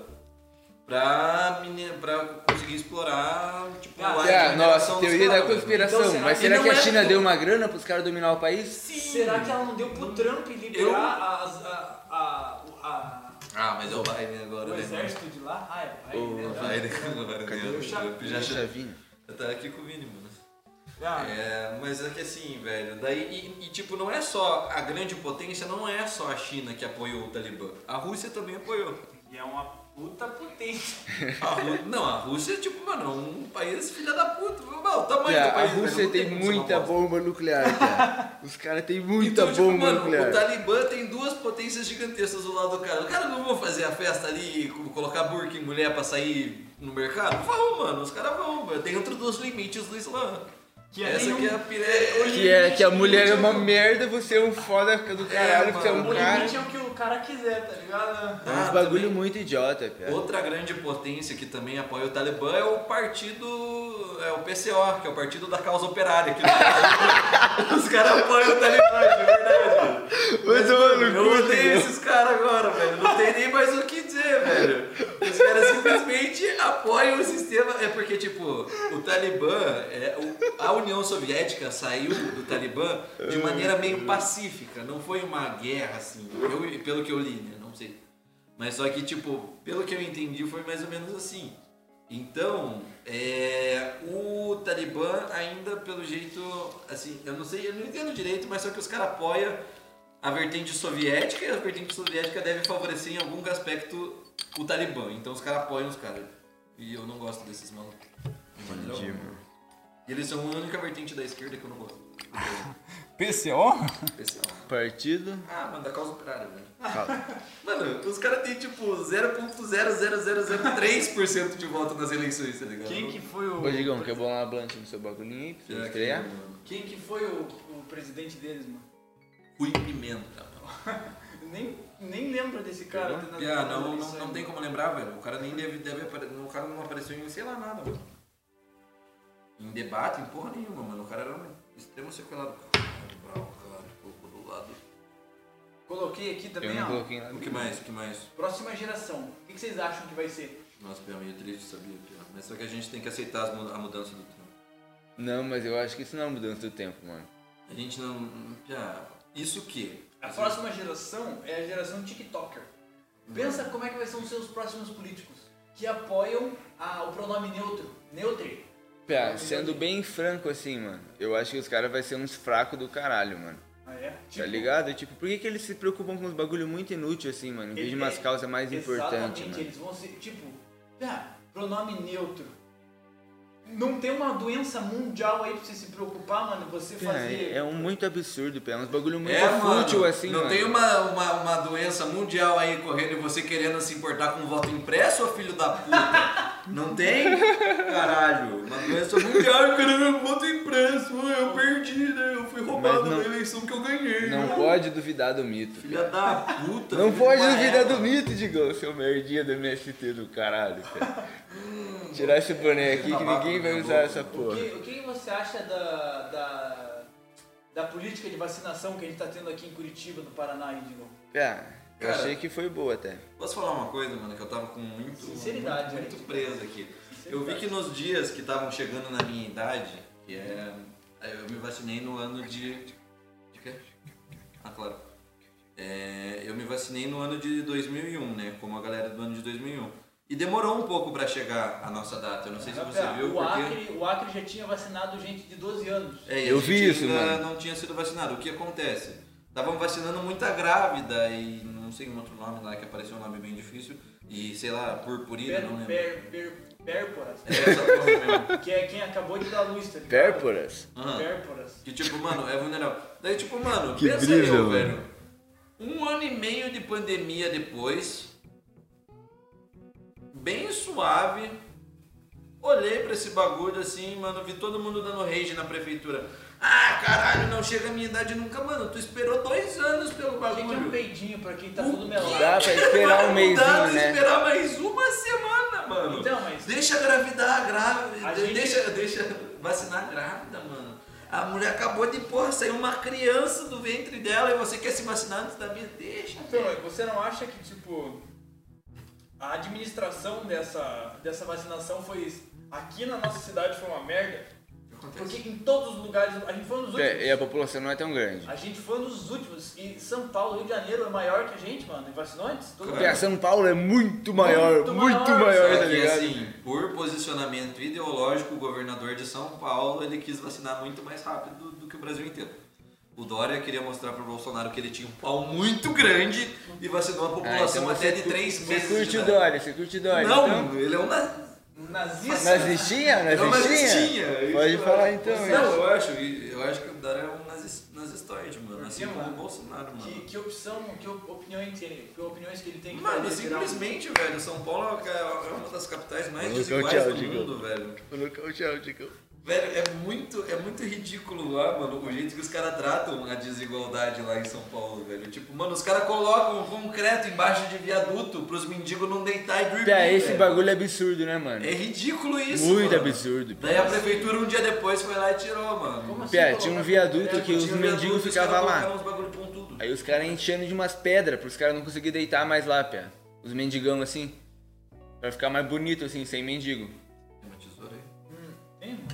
pra, mine- pra conseguir explorar, tipo, Ah, a Pia, mineração nossa, dos teoria caras, né? da velho. conspiração. Então, será Mas que será não que a é China tudo? deu uma grana pros caras dominar o país? Sim. Será que ela não deu pro Trump Eu- liberar as, a, a, o- a- Ah, mas é o Biden agora, o né? mano? exército de lá? Ah, é O Biden, né? O Biden agora, né? o Chave? Já, já, vinha. já tá aqui com o Vini, mano. Ah, É, mas é que assim, velho, daí, e, e, tipo, não é só a grande potência, não é só a China que apoiou o Talibã. A Rússia também apoiou. E é uma puta potência. A Rú- não, a Rússia é tipo, mano, é um país filha da puta. Mano, o tamanho do Cara, É, a país. velho, Rússia não tem como ser uma muita bosta. bomba nuclear, cara. Os caras têm muita Então, tipo, bomba mano, nuclear. o Talibã tem duas potências gigantescas do lado do cara. O cara não vão fazer a festa ali, e co- colocar burca em mulher pra sair no mercado? Vão, mano, os caras vão, mano, dentro dos limites do Islã. Que é Essa nenhum. aqui é a pire... Que é que a mulher é uma merda, você é um foda do caralho, É, você é um mano, O cara. limite é o que o cara quiser, tá ligado? É uns Ah, bagulho também. muito idiota, cara. Outra grande potência que também apoia o Talibã é o partido. É o PCO, que é o Partido da Causa Operária. que é. os caras apoiam o Talibã, de verdade. Vai tomar no Eu cu, odeio Deus. esses caras agora, velho. Não tem nem mais o que dizer, velho. Os caras simplesmente apoiam o sistema. É porque, tipo, o Talibã, é, o- a União Soviética saiu do Talibã de maneira meio pacífica. Não foi uma guerra, assim. Eu- pelo que eu li, né? Não sei. Mas só que, tipo, pelo que eu entendi, foi mais ou menos assim. Então, é, o Talibã ainda, pelo jeito, assim, eu não sei, eu não entendo direito, mas só que os caras apoiam a vertente soviética e a vertente soviética deve favorecer em algum aspecto o Talibã. Então os caras apoiam os caras. E eu não gosto desses malucos. De maneira Entendi, alguma. mano. E eles são a única vertente da esquerda que eu não gosto. PCO? Esse é um- Partido. Ah, mano, da causa né? operária, velho. Calma. Mano, os caras têm tipo 0.00003% de voto nas eleições, tá ligado? Quem que foi o. Ô, Digão, quer bolar uma blanche no seu bagulhinho aí pra você Já que- estrear? Quem que foi o, o presidente deles, mano? Rui Pimenta, mano. Nem, nem lembro desse cara. Pegou? tendo- Piá, não, tendo não, Ah, isso não aí. tem como lembrar, velho. O cara nem deve, deve aparecer. O cara não apareceu em sei lá nada, mano. Em debate, em porra nenhuma, mano. O cara era um extremo sequelado. Caralho, bravo, cara. Colocou do lado. Coloquei aqui Eu também, não ó. coloquei nada. O que mais? O que mais? Próxima geração. O que que vocês acham que vai ser? Nossa, Piá, meio triste, sabia, Piá? Mas só que a gente tem que aceitar as mu- a mudança do tempo. Não, mas eu acho que isso não é uma mudança do tempo, mano. A gente não. Piá, isso que? A próxima geração é a geração TikToker. Pensa como é que vai ser os seus próximos políticos que apoiam a- o pronome neutro. Neutre. Pia, sendo bem franco assim, mano, eu acho que os caras vai ser uns fracos do caralho, mano. Ah, é? Tá ligado? Tipo, por que, que eles se preocupam com uns bagulho muito inútil assim, mano? Em vez de Ele- é umas é causas mais importantes, Exatamente, mano. eles vão ser. Tipo, ah, pronome neutro. Não tem uma doença mundial aí pra você se preocupar, mano, você Pia, fazer. É, é um muito absurdo, Pia. É uns bagulho muito É, mano, fútil assim, não mano. tem uma, uma, uma doença mundial aí correndo e você querendo se importar com voto impresso, ô filho da puta? Não tem? Caralho. Uma doença mundial, cara, meu voto impresso. Eu perdi, né? Eu fui roubado Mas não- na eleição que eu ganhei. Não né? pode duvidar do mito. Filha da puta. Não filho pode de uma duvidar égua. do mito, Digão, seu merdinha do MST do caralho, cara. Tirar esse boné aqui que Tabaco ninguém na vai minha usar boca. essa O porra. que, o que você acha da, da, da política de vacinação que a gente tá tendo aqui em Curitiba, no Paraná e de novo? Ah, eu Cara. achei que foi boa até. Posso falar uma coisa, mano, que eu tava com muito, Sinceridade, muito, né? muito preso aqui. Eu vi que nos dias que estavam chegando na minha idade, que é. Eu me vacinei no ano de. De quê? Ah, claro. É, eu me vacinei no ano de 2001, né? Como a galera do ano de 2001. E demorou um pouco pra chegar a nossa data. Eu não sei se você Ah, viu, o, porque. Acre, o Acre já tinha vacinado gente de 12 anos. É, e Eu a gente vi isso, ainda mano. não tinha sido vacinado. O que acontece? Estavam vacinando muita grávida e não sei um outro nome lá que apareceu um nome bem difícil. E sei lá, purpurina, Per, não lembro. É per, per, pérporas, né? essa porra mesmo. que é quem acabou de dar luz, tá ligado? Pérporas? Aham. Pérporas. Que tipo, mano, é vulnerável. Daí tipo, mano, Que pensa brisa, eu, mano. velho. Um ano e meio de pandemia depois, bem suave, olhei pra esse bagulho assim, mano, vi todo mundo dando rage na prefeitura. Ah, caralho, não chega a minha idade nunca, mano. Tu esperou dois anos pelo O que que é um bagulho. peidinho pra quem tá O tudo quê? melado? Dá pra esperar um Não dá mêsinho, pra né? esperar mais uma semana, mano. Então, mas- Deixa gravidar a grávida. A gente- Deixa, deixa vacinar a grávida, mano. A mulher acabou de, porra, sair uma criança do ventre dela e você quer se vacinar antes da minha. Deixa, Então, velho. você não acha que, tipo, a administração dessa, dessa vacinação foi. Aqui na nossa cidade foi uma merda? Porque em todos os lugares. A gente foi um dos últimos. É, E a população não é tão grande. A gente foi um dos últimos. E São Paulo, Rio de Janeiro é maior que a gente, mano. E é vacinou antes? Todo Cara, Porque a São Paulo é muito maior, Muito muito, maior, maior, Só tá que, ligado? assim, por posicionamento ideológico, o governador de São Paulo ele quis vacinar muito mais rápido do que o Brasil inteiro. O Dória queria mostrar pro Bolsonaro que ele tinha um pau muito grande e vacinou a Ah, então população você até de cu- três você meses. curte de o idade. Dória, você curte o Dória. Não, então? ele é um nazista. Nazista. Nazistinha? É um Nazistinha? nazistinha. Pode é Isso, falar eu- então, Não, isso. eu acho, eu acho que o Dória é um nazis- nazistoide, mano. Por Assim quê, como mano? o Bolsonaro, mano. Que, que opção, que op- opiniões que ele, que opiniões que ele tem que Mano, fazer geral? simplesmente, velho, São Paulo é é uma das capitais mais Vamos desiguais dar um tchau, do Digão. mundo, velho. Colocou o tchau, Digão. Velho, é muito, é muito ridículo lá, mano, o jeito que os caras tratam a desigualdade lá em São Paulo, velho. Tipo, mano, os caras colocam um concreto embaixo de viaduto pros mendigos não deitar e dormir. Pé, esse velho. bagulho é absurdo, né, mano? É ridículo isso, Muito mano. absurdo. Daí a prefeitura um dia depois foi lá e tirou, mano. Como assim? Pé, tinha um viaduto É, que os tinha um mendigos viaduto, os caras ficavam lá. colocaram uns bagulho pontudo. Aí os caras enchendo de umas pedras pros caras não conseguirem deitar mais lá, pé. Os mendigão assim. Pra ficar mais bonito assim, sem mendigo. Tem uma tesoura aí. Tem, mano.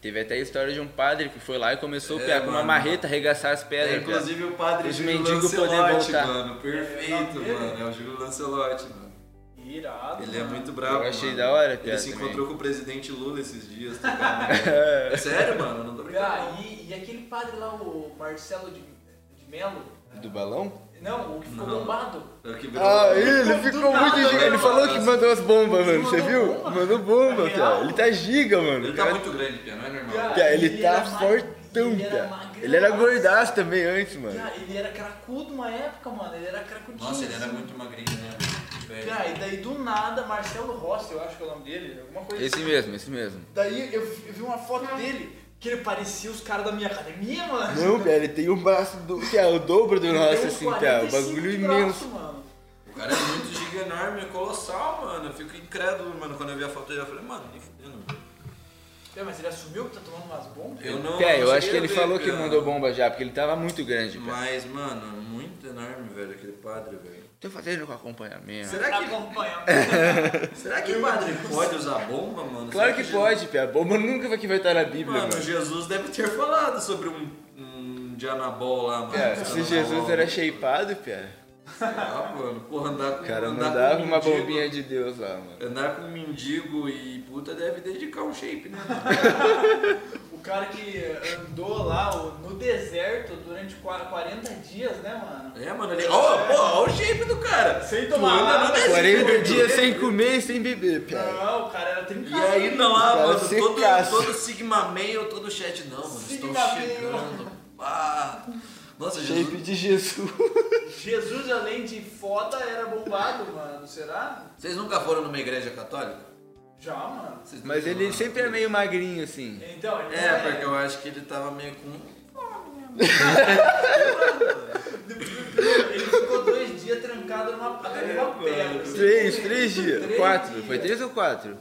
Teve até a história de um padre que foi lá e começou, É, pé, com uma mano. marreta arregaçar as É, pedras. pé. inclusive o padre Os Júlio mendigos poder Lancelotti, voltar. mano. Perfeito, É, mano. É o Júlio Lancelotti, mano. Irado. Ele é mano. muito bravo. Eu achei mano. da hora, Ele Piá, se também. encontrou com o presidente Lula esses dias. tá ligado? Sério, mano? Não tô brincando. Ah, e, e aquele padre lá, o Marcelo de, de Melo? Do balão? Não, o que ficou Não. bombado. É o que virou- Ah, ele ficou ficou nada, muito giga. mano. Ele falou que mandou as bombas, Ele mano. Você mandou viu? bomba? Mandou bomba, É pé. real? Ele tá giga, mano. Ele tá muito grande, Pia, não é normal. Pia, ele, Ele tá era ma- fortão, ele era Pia. magrão. Ele era gordaço também antes, mano. Cara, ele era cracudo uma época, mano. Ele era cracudinho. Nossa, ele era assim. muito magrinho, né? mano? Velho. Cara, e daí do nada, Marcelo Rossi, eu acho que é o nome dele, alguma coisa assim. Esse mesmo, esse mesmo. Daí eu, vi- eu vi uma foto dele que ele parecia os caras da minha academia, mano. Não, Pia, ele tem o braço do. Pia, o dobro do Ele nosso, tem uns assim, Pia. O 45 bagulho de braço, imenso. mano. O cara é muito giga, enorme, colossal, mano. Eu fico incrédulo, mano. Quando eu vi a foto dele, eu falei, mano, nem fudendo. mano. É, mas ele assumiu que tá tomando umas bombas? Eu não. Pia, não eu acho que cheguei a ele ver, falou que Pia. mandou bomba já, porque ele tava muito grande, Pia. Mas, mano, é muito enorme, velho, aquele padre, velho. Tô fazendo com acompanhamento. Será que, Acompanhamento. será que padre pode usar bomba, mano? Claro Será que Jesus- pode, Pia. Bomba nunca vai que vai estar na Bíblia, Mano, mano. Jesus deve ter falado sobre um, um Dianabol lá, mano. Pia, se Dianabol, Jesus era mano. shapeado, Pia. Sei lá, mano. Porra, andar com O cara andar mandava com um uma mendigo- bombinha de Deus lá, mano. Andar com um mendigo e puta deve dedicar um shape, né? mano? o cara que andou lá o- no deserto durante qua- 40 dias, né, mano? É, mano, ele. Ó, pô, ó o shape do cara. Sem Tu tomar anda nada, no deserto. 40 dias sem comer e sem beber, Pia. Não, o cara era E trincado. aí não há, Cara, mano, você todo, caça. todo Sigma Mail, todo chat, não, mano, Sigma estão Male. chegando. Pá. Nossa, Shape Jesus. de Jesus. Jesus, além de foda, era bombado, mano. Será? Vocês nunca foram numa igreja católica? Já, mano. Vocês nunca Mas ele foram? sempre é meio magrinho, assim. Então, ele É, porque eu acho que ele tava meio com. um. Ele ficou dois dias trancado numa atrás de uma pedra. assim. É, Três, três dias. Três Quatro. dias. Foi três ou quatro?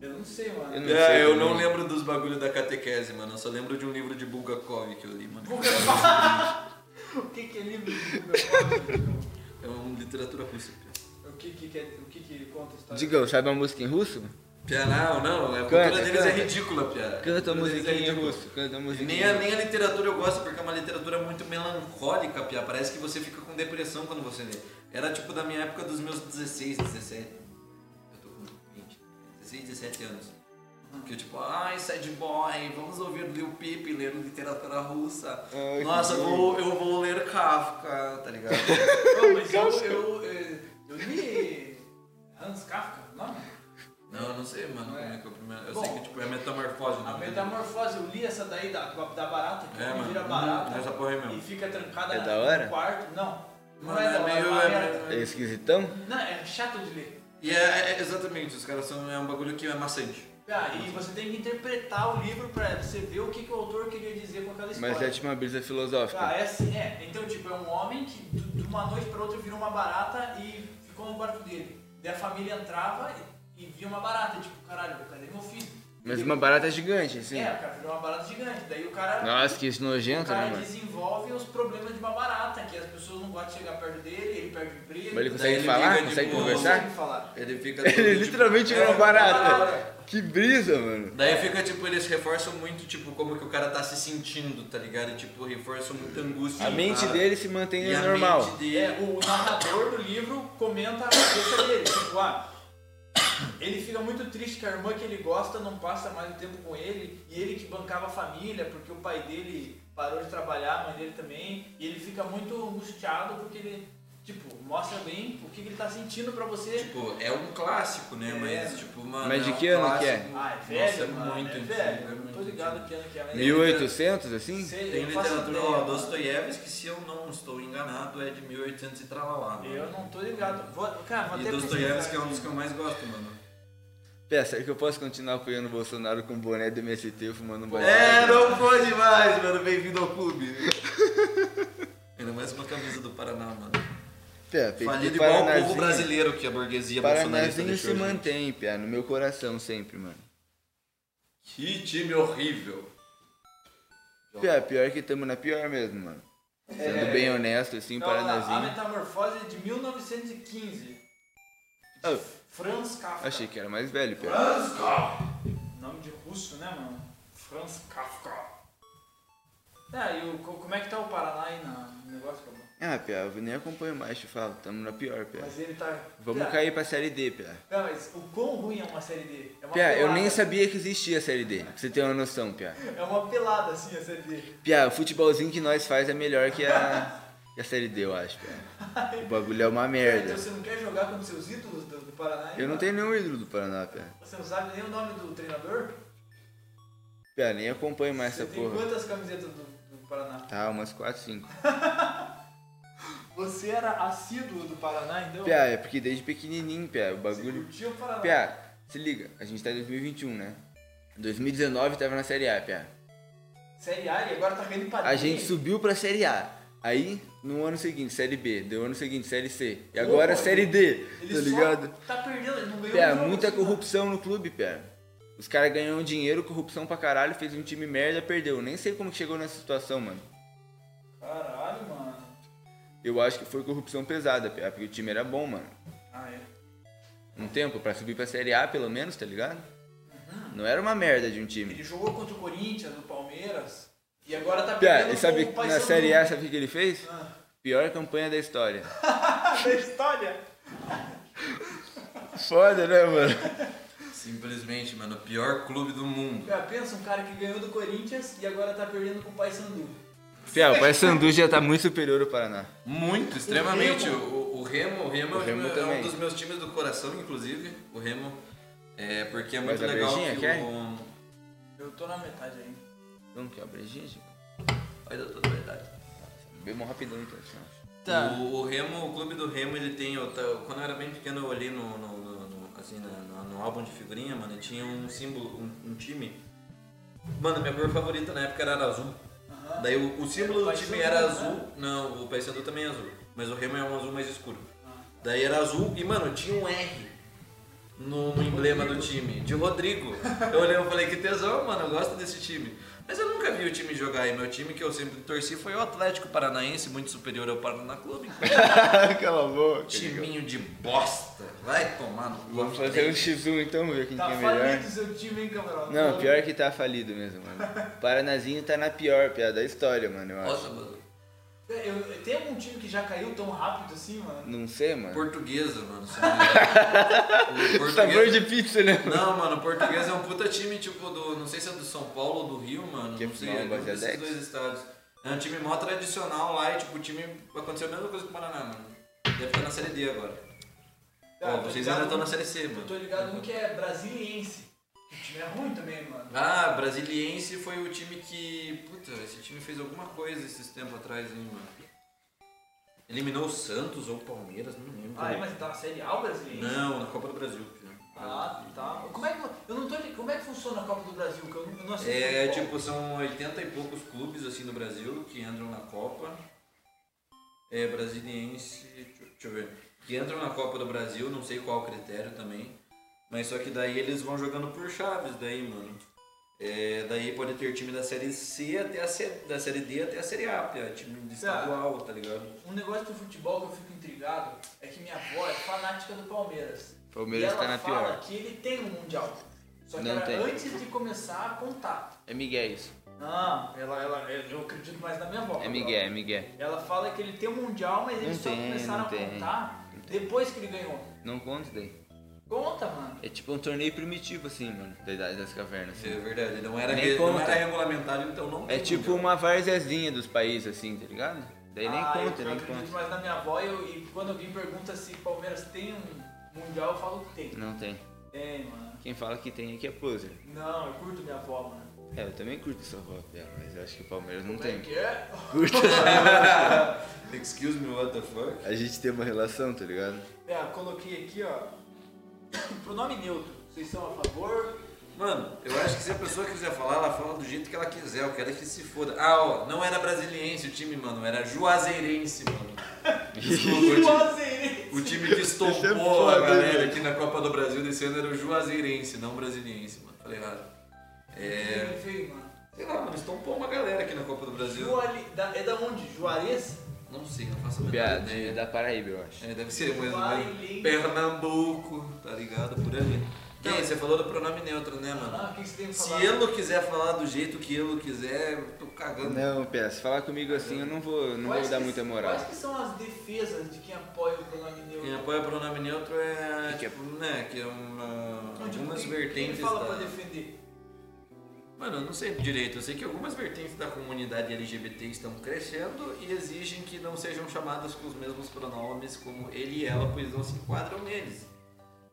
Eu não sei, mano. Eu não É, sei eu também. não lembro dos bagulhos da catequese, mano. Eu só lembro de um livro de Bulgakov que eu li, mano. É um O que que é livro de Bulgakov? É uma literatura russa. pia. O que que, quer- o que que conta a história? Digão, sabe uma música em russo? Pia, não, não. A cultura Canta, deles é canta. ridícula, Pia. Canta a cultura deles é musiquinha em ridícula. russo. Canta a E musiquinha. Nem a, nem a literatura eu gosto, porque é uma literatura muito melancólica, Pia. Parece que você fica com depressão quando você lê. Era tipo da minha época dos meus 16, 17. Eu tô com 20. 16, 17 anos. Que eu tipo, ai, sad boy, vamos ouvir Lil Peep lendo literatura russa. Ai, que Nossa, eu bom. vou, eu vou ler Kafka, tá ligado? Não, mas eu, eu, eu, eu li Hans Kafka, não? não, eu não sei, mano, como é que é o primeiro. Eu Bom, sei que tipo, é metamorfose. A né? metamorfose, eu li essa daí da, da barata, que É, mano. vira barata Essa porra aí e mesmo. fica trancada É da hora? no quarto. Não, não Mano, é da é hora, meio- uma é merda. É esquisitão? Não, é chato de ler. E é, é- exatamente, os caras são. É um bagulho que é maçante. Ah, e você tem que interpretar o livro pra você ver o que, que o autor queria dizer com aquela história. Mas é tipo uma brisa Ah, filosófica. é assim, é. Então, tipo, é um homem que do- de uma noite pra outra virou uma barata e ficou no quarto dele. Daí a família entrava e, e via uma barata, tipo, caralho, cadê meu filho? Mas uma barata gigante, assim. É, o cara virou uma barata gigante. Daí o cara, Nossa, que isso o nojento, é né, cara mano? desenvolve os problemas de uma barata, que as pessoas não gostam de chegar perto dele, ele perde o emprego. Mas ele Daí consegue ele falar? liga de Consegue boa. não conversar? consegue falar. Ele fica. todo, Ele tipo, literalmente é, virou uma barata. barata. Que brisa, mano. Daí fica, tipo, eles reforçam muito, tipo, como que o cara tá se sentindo, tá ligado? E, tipo, reforçam muita angústia. A mente Ah, dele se mantém e a normal. mente dele- É, o narrador do livro comenta a cabeça dele. Tipo, ah, ele fica muito triste que a irmã que ele gosta não passa mais o tempo com ele e ele que bancava a família porque o pai dele parou de trabalhar, a mãe dele também. E ele fica muito angustiado porque ele, tipo, mostra bem o que que ele tá sentindo pra você. Tipo, é um clássico, né? É. Mas, tipo, mano. Mas de é um que ano que é? clássico. Ah, é velho, Nossa, é mano, muito é antigo, velho. é Não muito tô ligado que ano que é, mas... 1800, assim? Sei, Tem eu faço literatura, ideia, ó, mano. Dostoiévski, se eu não estou enganado, é de 1800 e tralalá. mano. Eu não tô ligado. Vou, cara, vou E até Dostoiévski é pesquisar um dos aqui. que eu mais gosto, mano. Pé, será que eu posso continuar apoiando o Bolsonaro com boné do MST fumando um baseado? É, não pode mais, mano. Bem-vindo ao clube. Ainda mais uma camisa do Paraná, mano. Pé, peito Falido de igual o povo paranazinho. brasileiro que a burguesia bolsonarista Paranazinho deixou. se gente. mantém, Pé, no meu coração sempre, mano. Que time horrível. Pé, pior que tamo na pior mesmo, mano. Sendo É. bem honesto, assim, o Então, olha lá, a Paranazinho. metamorfose é de 1915. Ah, Franz Kafka. achei que era mais velho, Pé. Franz Kafka. Nome de russo, né, mano? Franz Kafka. Ah, e o, co- como é que tá o Paraná aí na, no negócio, Cabão? Ah, Pé, eu nem acompanho mais, te falo. Tamo na pior, Pé. Mas ele tá... É. Vamos Pera, cair pra série D, Pé. Pera, mas o quão ruim é uma série D? É uma Pia, eu pelada. nem sabia que existia a série D. Pra você ter uma noção, Pia. É uma pelada, assim, a série D. Pia, o futebolzinho que nós faz é melhor que a, que a série D, eu acho, Pia. O bagulho é uma Então merda. você não quer jogar contra seus ídolos do, do Paraná, hein, Eu não mano? tenho nenhum ídolo do Paraná, Pia. Você não sabe nem o nome do treinador? Pia, nem acompanho mais você essa tem porra. quantas camisetas do, do Paraná? Tá, umas 4, 5. Você era assíduo do Paraná, então? Pia, é porque desde pequenininho, Pia, o Você bagulho... curtia o Paraná. Pia, se liga, a gente tá em 2021, né? 2019 tava na série A, Pia. Série A e agora tá vendo pra A gente subiu pra Série A. Aí, no ano seguinte, Série B. Do ano seguinte, Série C. E agora, Pô, Série D. Ele Tá só ligado? Tá perdendo, ele não ganhou Pé, um jogo, muita assim, mano. corrupção no clube, pé. Os caras ganham dinheiro, corrupção pra caralho, fez um time merda, perdeu. Nem sei como que chegou nessa situação, mano. Caralho, mano. Eu acho que foi corrupção pesada, pé, porque o time era bom, mano. Ah, é. Um tempo pra subir pra Série A, pelo menos, tá ligado? Não era uma merda de um time. Ele jogou contra o Corinthians, o Palmeiras, e agora tá Pé, perdendo e sabe com o na Paysandu. Série A, sabe o que que ele fez? Ah. Pior campanha da história. da história. Foda, né, mano? Simplesmente, mano, o pior clube do mundo. Pé, pensa um cara que ganhou do Corinthians e agora tá perdendo com o Paysandu. Pé, o Paysandu já tá muito superior ao Paraná. Muito, extremamente. O, o- o Remo, o Remo, é O Remo um- é, também. um dos meus times do coração, inclusive. O Remo. É porque é Mas muito a legal Virgínia que quer? o. Eu tô na metade ainda. Vamos que é a brejinha, gente? Olha, eu tô doidado. Bebam rapidão então, assim, ó. Tá. O, o Remo, o clube do Remo, ele tem. eu ta- quando eu era bem pequeno, eu olhei no, no, no- no- assim, na- na- no, álbum de figurinha, mano, e tinha um símbolo, um, um time. Mano, minha cor favorita na época era azul. Daí o, o símbolo do time era azul. Não, o Paysandu também é azul. Mas o Remo é um azul mais escuro. Daí era azul e, mano, tinha um R no, no emblema do time, de Rodrigo. Eu olhei e falei, que tesão, mano, eu gosto desse time. Mas eu nunca vi o time jogar e meu time que eu sempre torci foi o Atlético Paranaense, muito superior ao Paraná Clube. Tá Cala a boca. Timinho de bosta, vai tomar no cu. Vamos fazer um X1 então, ver quem que Tá é melhor. falido seu time, hein, camarada? Não, pior que tá falido mesmo, mano. Paranazinho tá na pior piada da história, mano, eu acho. Nossa, mano, É, eu- Tem algum time que já caiu tão rápido assim, mano? Não sei, mano. portuguesa, mano. se não me engano. O Sabor portuguesa- de pizza, né? mano? Não, mano, o português é um puta time, tipo, do. Não sei se é do São Paulo ou do Rio, mano. Que não sei, não, é mas um é desses Dex. dois estados. É um time mó tradicional lá e, tipo, o time. Aconteceu a mesma coisa que o Paraná, mano. Deve estar na série D agora. Tá, Ó, tô vocês ligado ainda um- estão na série C, mano. Eu tô ligado um que é brasiliense. O time é ruim também, mano. Ah, Brasiliense foi o time que. Puta, esse time fez alguma coisa esses tempos atrás, hein, mano. Eliminou o Santos ou o Palmeiras, não lembro. Ah, é, mas tá na Série A o brasiliense? Não, na Copa do Brasil. né? filho. Ah, tá. Como é que, eu não tô, li- como é que funciona a Copa do Brasil? Que eu não, eu não assisto É, futebol. tipo, são 80 e poucos clubes assim no Brasil que entram na Copa. É, brasiliense, deixa, deixa eu ver. Que entram na Copa do Brasil, não sei qual o critério também. Mas só que daí eles vão jogando por chaves daí, mano. É, daí pode ter time da série C até a C, da série D até a série A, pia, time de Tá. estadual, tá ligado? tipo- Um negócio do futebol que eu fico intrigado é que minha avó é fanática do Palmeiras. Palmeiras e ela tá na fala pior. que ele tem um Mundial. Só que Não era tem. antes de começar a contar. É Miguel isso. Não, ela, ela, eu acredito mais na minha avó. É Miguel, é Miguel. Ela fala que ele tem um Mundial, mas eles Não só tem, começaram não a tem. contar depois que ele ganhou. Não conta daí. Conta, mano. É tipo um torneio primitivo, assim, mano, da idade das cavernas. É assim. verdade, não era, Nem re- não conta. era regulamentado, então não É tem tipo mundial. uma varzezinha dos países, assim, tá ligado? Daí nem Ah, conta, eu, nem eu acredito conta. mais na minha avó e, eu- e quando alguém pergunta se Palmeiras tem um Mundial, eu falo que tem. Não tem. Tem, mano. Quem fala que tem aqui é poser. Não, eu curto minha avó, mano. É, eu também curto essa roupa dela, mas eu acho que o Palmeiras não Como é tem. que é? Excuse me, what the fuck? A gente tem uma relação, tá ligado? É, eu coloquei aqui, ó. Pro nome neutro. Vocês são a favor? Mano, eu acho que se a pessoa quiser falar, ela fala do jeito que ela quiser. Eu quero é que se foda. Ah, ó, não era brasiliense o time, mano. Era juazeirense, mano. Desculpa, o time, Juazeirense. o time que Isso é estompou a foda, galera velho. aqui na Copa do Brasil desse ano era o juazeirense, não o brasiliense, mano. Falei errado. É. Ele veio, mano. Sei lá, mano, estompou uma galera aqui na Copa do Brasil. Juali... da- É da onde? Juarez? Não sei, não faço a menor Piada, é ideia. da Paraíba, eu acho. É, deve ser mais Juarez. Pernambuco, tá ligado? Por ali. E aí, você falou do pronome neutro, né, mano? Ah, o que você tem pra Se falar? ele quiser falar do jeito que ele quiser, eu tô cagando. Não, Pia, se falar comigo assim, eu não vou, não Quais vou dar que- muita moral. Quais que são as defesas de quem apoia o pronome neutro? Quem apoia o pronome neutro é, Que que é? tipo, né, que é uma, Não, tipo, algumas quem- vertentes Quem fala da... pra defender? Mano, eu não sei direito, eu sei que algumas vertentes da comunidade LGBT estão crescendo e exigem que não sejam chamadas com os mesmos pronomes como ele e ela, pois não se enquadram neles.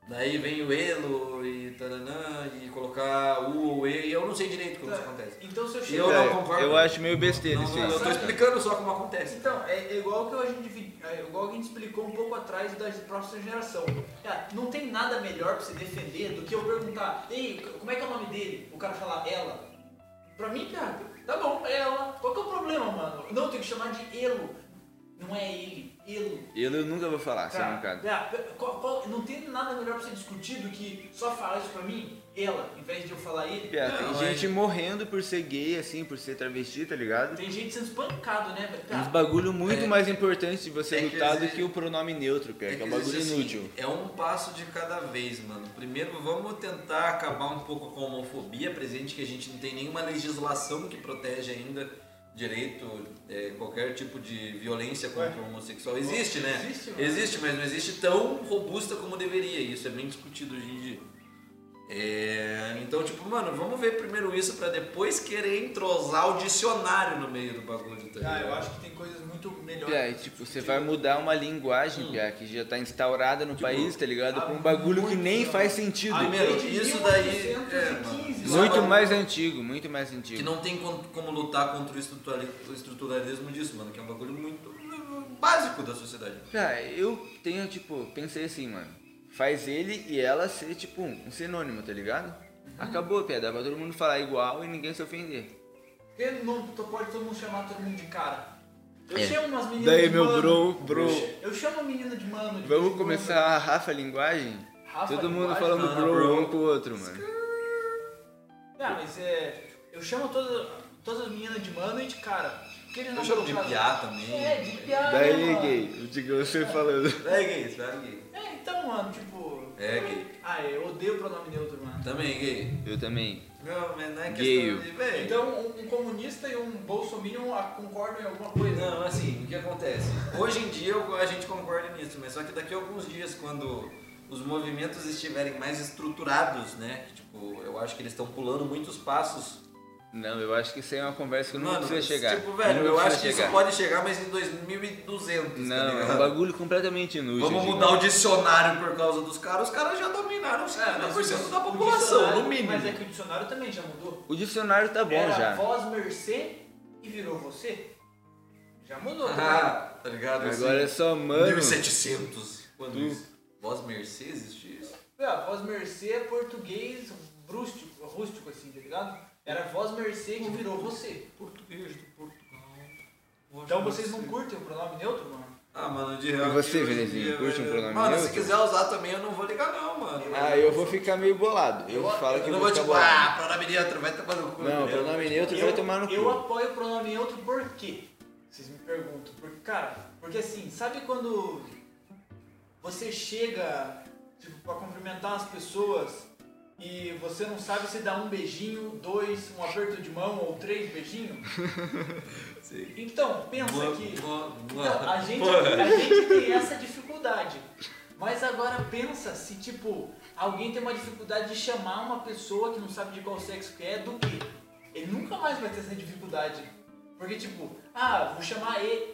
Daí vem o elo e taranã, e colocar u ou e, e eu não sei direito como isso Tá, acontece. Então se eu chegar... Eu não É, concordo. eu acho meio besteira Não, isso não, aí. eu tô explicando só como acontece. Então, é é igual que a gente, vi- é igual que a gente explicou um pouco atrás da próxima geração. Cara, não tem nada melhor pra você defender do que eu perguntar, ei, c- como é que é o nome dele? O cara falar ela. Pra mim, cara, tá bom, ela. Qual que é o problema, mano? Não, tem que chamar de elo. Não é ele, elo. Eu nunca vou falar, assim, você Cara, não cara. é, p- qual- qual- não tem nada melhor pra você discutir do que só falar isso pra mim, ela, em vez de eu falar ele. Pia, Não, é. tem mas- gente morrendo por ser gay, assim, por ser travesti, tá ligado? Tem gente sendo espancado, né? velho? Uns Cara, bagulho muito É. mais importante de você É que lutar do existe- que o pronome neutro, Pia, que é um bagulho existe, assim, inútil. É um passo de cada vez, mano. Primeiro, vamos tentar acabar um pouco com a homofobia presente, que a gente não tem nenhuma legislação que protege ainda direito, é, qualquer tipo de violência contra o homossexual. Existe, né? Existe, mano. Existe, mas não existe tão robusta como deveria. Isso é bem discutido hoje em dia. É, então, tipo, mano, vamos ver primeiro isso pra depois querer entrosar o dicionário no meio do bagulho, tá Cara, Ah, eu ligado? acho que tem coisas muito melhores. Piá, e, tipo, você vai mudar uma Hum. linguagem, Piá, que já tá instaurada no Tipo, país, tá ah, ligado? há Pra um bagulho que muitos nem anos. faz sentido. Há Primeiro, desde isso daí. Ah, É, 1815, mano, Muito sabe? mais antigo, muito mais Que antigo. não tem con- como lutar contra o estruturali- o estruturalismo disso, mano, que é um bagulho muito uh, básico da sociedade. Piá, eu tenho, tipo, pensei assim, mano. Faz ele e ela ser, tipo, um sinônimo, tá ligado? Uhum. Acabou, Piá, dá pra todo mundo falar igual e ninguém se ofender. Porque não, tu pode todo mundo chamar todo mundo de cara. Eu É. chamo umas meninas Daí, de meu mano. bro, bro. Eu chamo a menina de mano. de Vamos mano. começar a Rafa Linguagem? Rafa todo mundo Linguagem? falando Ah, bro, bro. um pro outro, mano. Não, mas é. Eu chamo todas todas as meninas de mano e de cara. Porque eles não Eu chamo de vão casar. piá também. É, de piá. né, Daí, mano? gay, o Digão você falando. É gay, isso é gay. É, então, mano, tipo. É, gay. Ah, eu odeio o pronome neutro, mano. Também gay. Eu também. Não, mas não é Gayo. questão de. Véi. Então, um comunista e um bolsominion ah, concordam em alguma coisa. Não, assim, o que acontece? Hoje em dia eu- a gente concorda nisso, mas só que daqui a alguns dias, quando os movimentos estiverem mais estruturados, né? que, Tipo, eu acho que eles estão pulando muitos passos. Não, eu acho que isso aí é uma conversa que eu não precisa mas, chegar. Tipo, velho, Nunca eu precisa acho que isso pode chegar, mas em 2200. tá Não, é um ligado? bagulho completamente inútil. Vamos Digão. mudar o dicionário por causa dos caras, os caras já dominaram É, 50% é da o população, dicionário- no mínimo. Mas é que o dicionário também já mudou. O dicionário tá bom É, Era já. vós mercê e virou você. Já mudou. né? também. Ah, tá ligado? Agora é Assim, só mano. Hum. 1700. Quando Tu- isso? Voz Mercê existe isso? Ah, vós mercê é português rústico, rústico assim, tá ligado? Era vós mercê que virou você. Português do Portugal. Então vocês não curtem o pronome neutro, mano? Ah, mano, de real. E você, que hoje em Venezinho, dia, curte um velho, pronome Mano, se neutro? quiser usar também, eu não vou ligar, não, mano. Ah, eu vou ficar meio bolado. Eu, falo que eu não eu vou ficar tipo, bolado. ah, pronome neutro, vai tomar no cu. não, entendeu? pronome neutro vai tomar no eu cu. apoio o pronome neutro por quê? Vocês me perguntam. Porque, cara, porque assim, sabe quando você chega tipo, pra cumprimentar as pessoas e você não sabe se dá um beijinho, dois, um aperto de mão ou três beijinhos? Sim. Então, pensa Boa, que. boa, boa. Então, a gente, Boa. a gente tem essa dificuldade. Mas agora pensa se, tipo, alguém tem uma dificuldade de chamar uma pessoa que não sabe de qual sexo que é do que. Ele nunca mais vai ter essa dificuldade. Porque, tipo, ah, vou chamar ele.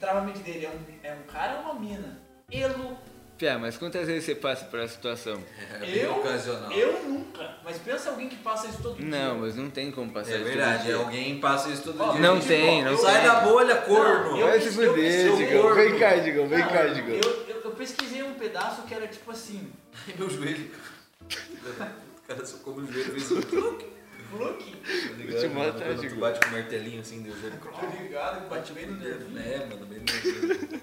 Trava a mente dele, é um, é um cara ou uma mina? Elo, Pia, mas quantas vezes você passa por essa situação? É bem eu, ocasional. eu nunca. Mas pensa alguém que passa isso todo Não, dia. Ah, mas não tem como passar É isso todo verdade, dia. alguém passa isso todo Ó, dia. Não gente, tem, ó, não eu- Sai da bolha, corno. eu- Vai se fuder, eu- Digão. eu- Vem cá, Digão, vem Não, cá, Digão. Eu, eu, eu pesquisei um pedaço que era tipo assim. Ai, meu joelho. O cara socou meu joelho, fez um truque. Look, Tá ligado? Vou te matar, Quando tu Diego. bate com o martelinho assim, deu joelho. Tá ligado? Bate bem no nervinho. É, mano, bem no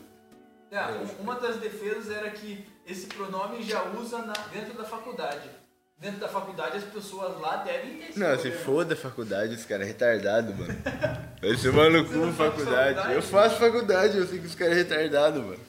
Ah, um- uma das defesas era que esse pronome já usa na- dentro da faculdade. Dentro da faculdade as pessoas lá devem ter esse Não, se problema. foda a faculdade, os caras é retardado, mano. Vai ser maluco Você não faz faculdade. faculdade? Eu faço faculdade, eu sei que os caras é retardado, mano.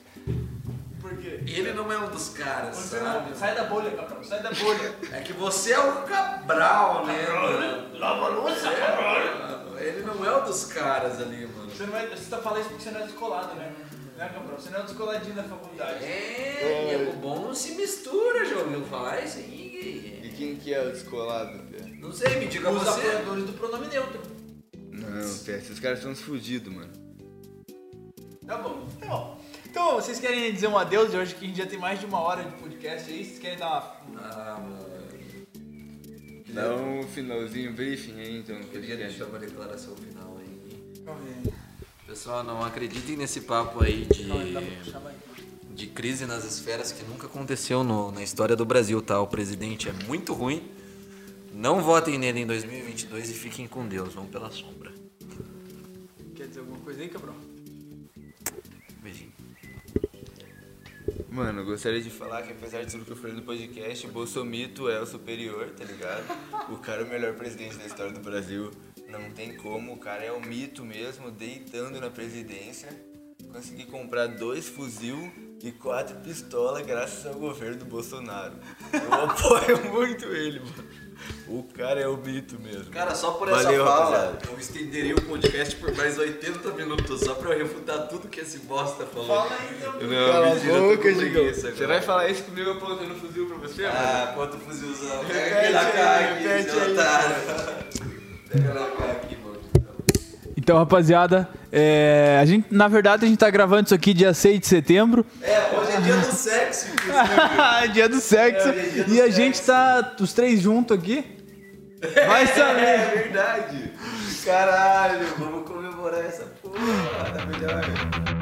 Por quê? Ele não é um dos caras, Você sabe? não, é um sai da bolha, Capão, sai da bolha. É que você é um cabral, né? mano? Lava a louça, Mano, Ele não é um dos caras ali, mano. Você, não é, você tá falando isso porque você não é descolado, né? Né, Capão? Você não é descoladinho da faculdade. É, e o bom não se mistura, já ouviu falar isso aí? E gay? quem que é o descolado, Pé? Não sei, me diga Os você. apoiadores do pronome neutro. Não, Pé, esses caras são uns fudidos, mano. Tá bom, tá bom. Então, vocês querem dizer um adeus de hoje, que a gente já tem mais de uma hora de podcast aí? Vocês querem dar uma... Ah, mano. Dá um finalzinho, briefing aí, então. Eu queria podcast. deixar uma declaração final aí. Calma aí. Pessoal, não acreditem nesse papo aí de, Calma aí, dá pra puxar mais. de crise nas esferas que nunca aconteceu no- na história do Brasil, tá? O presidente é muito ruim. Não votem nele em 2022 e fiquem com Deus. Vão pela sombra. Quer dizer alguma coisa aí, cabrão? Beijinho. Mano, eu gostaria de falar que apesar de tudo que eu falei no podcast, o Bolsomito é o superior, tá ligado? O cara é o melhor presidente da história do Brasil. Não tem como, o cara é o mito mesmo, deitando na presidência. Consegui comprar dois fuzil e quatro pistolas graças ao governo do Bolsonaro. Eu apoio muito ele, mano. O cara é o mito mesmo. Cara, só por essa Valeu, fala, rapaziada. eu estenderia o podcast por mais 80 minutos, só pra eu refutar tudo que esse bosta falou. Fala aí, então. Cala a eu tô com boca, Digão. preguiça Você agora. vai falar isso comigo apontando o fuzil pra você, mano? Ah, quanto fuzilzão. Repete Pega na aí, cara aqui, repete seu aí. otário. Pega na cara aqui, mano. Então, rapaziada, é, a gente, na verdade, a gente tá gravando isso aqui dia 6 de setembro. É, hoje é dia do sexo, inclusive. dia do sexo. É, hoje é dia do e a sexo. gente tá os três juntos aqui. Vai É saber. verdade. Caralho, vamos comemorar essa porra. Melhor.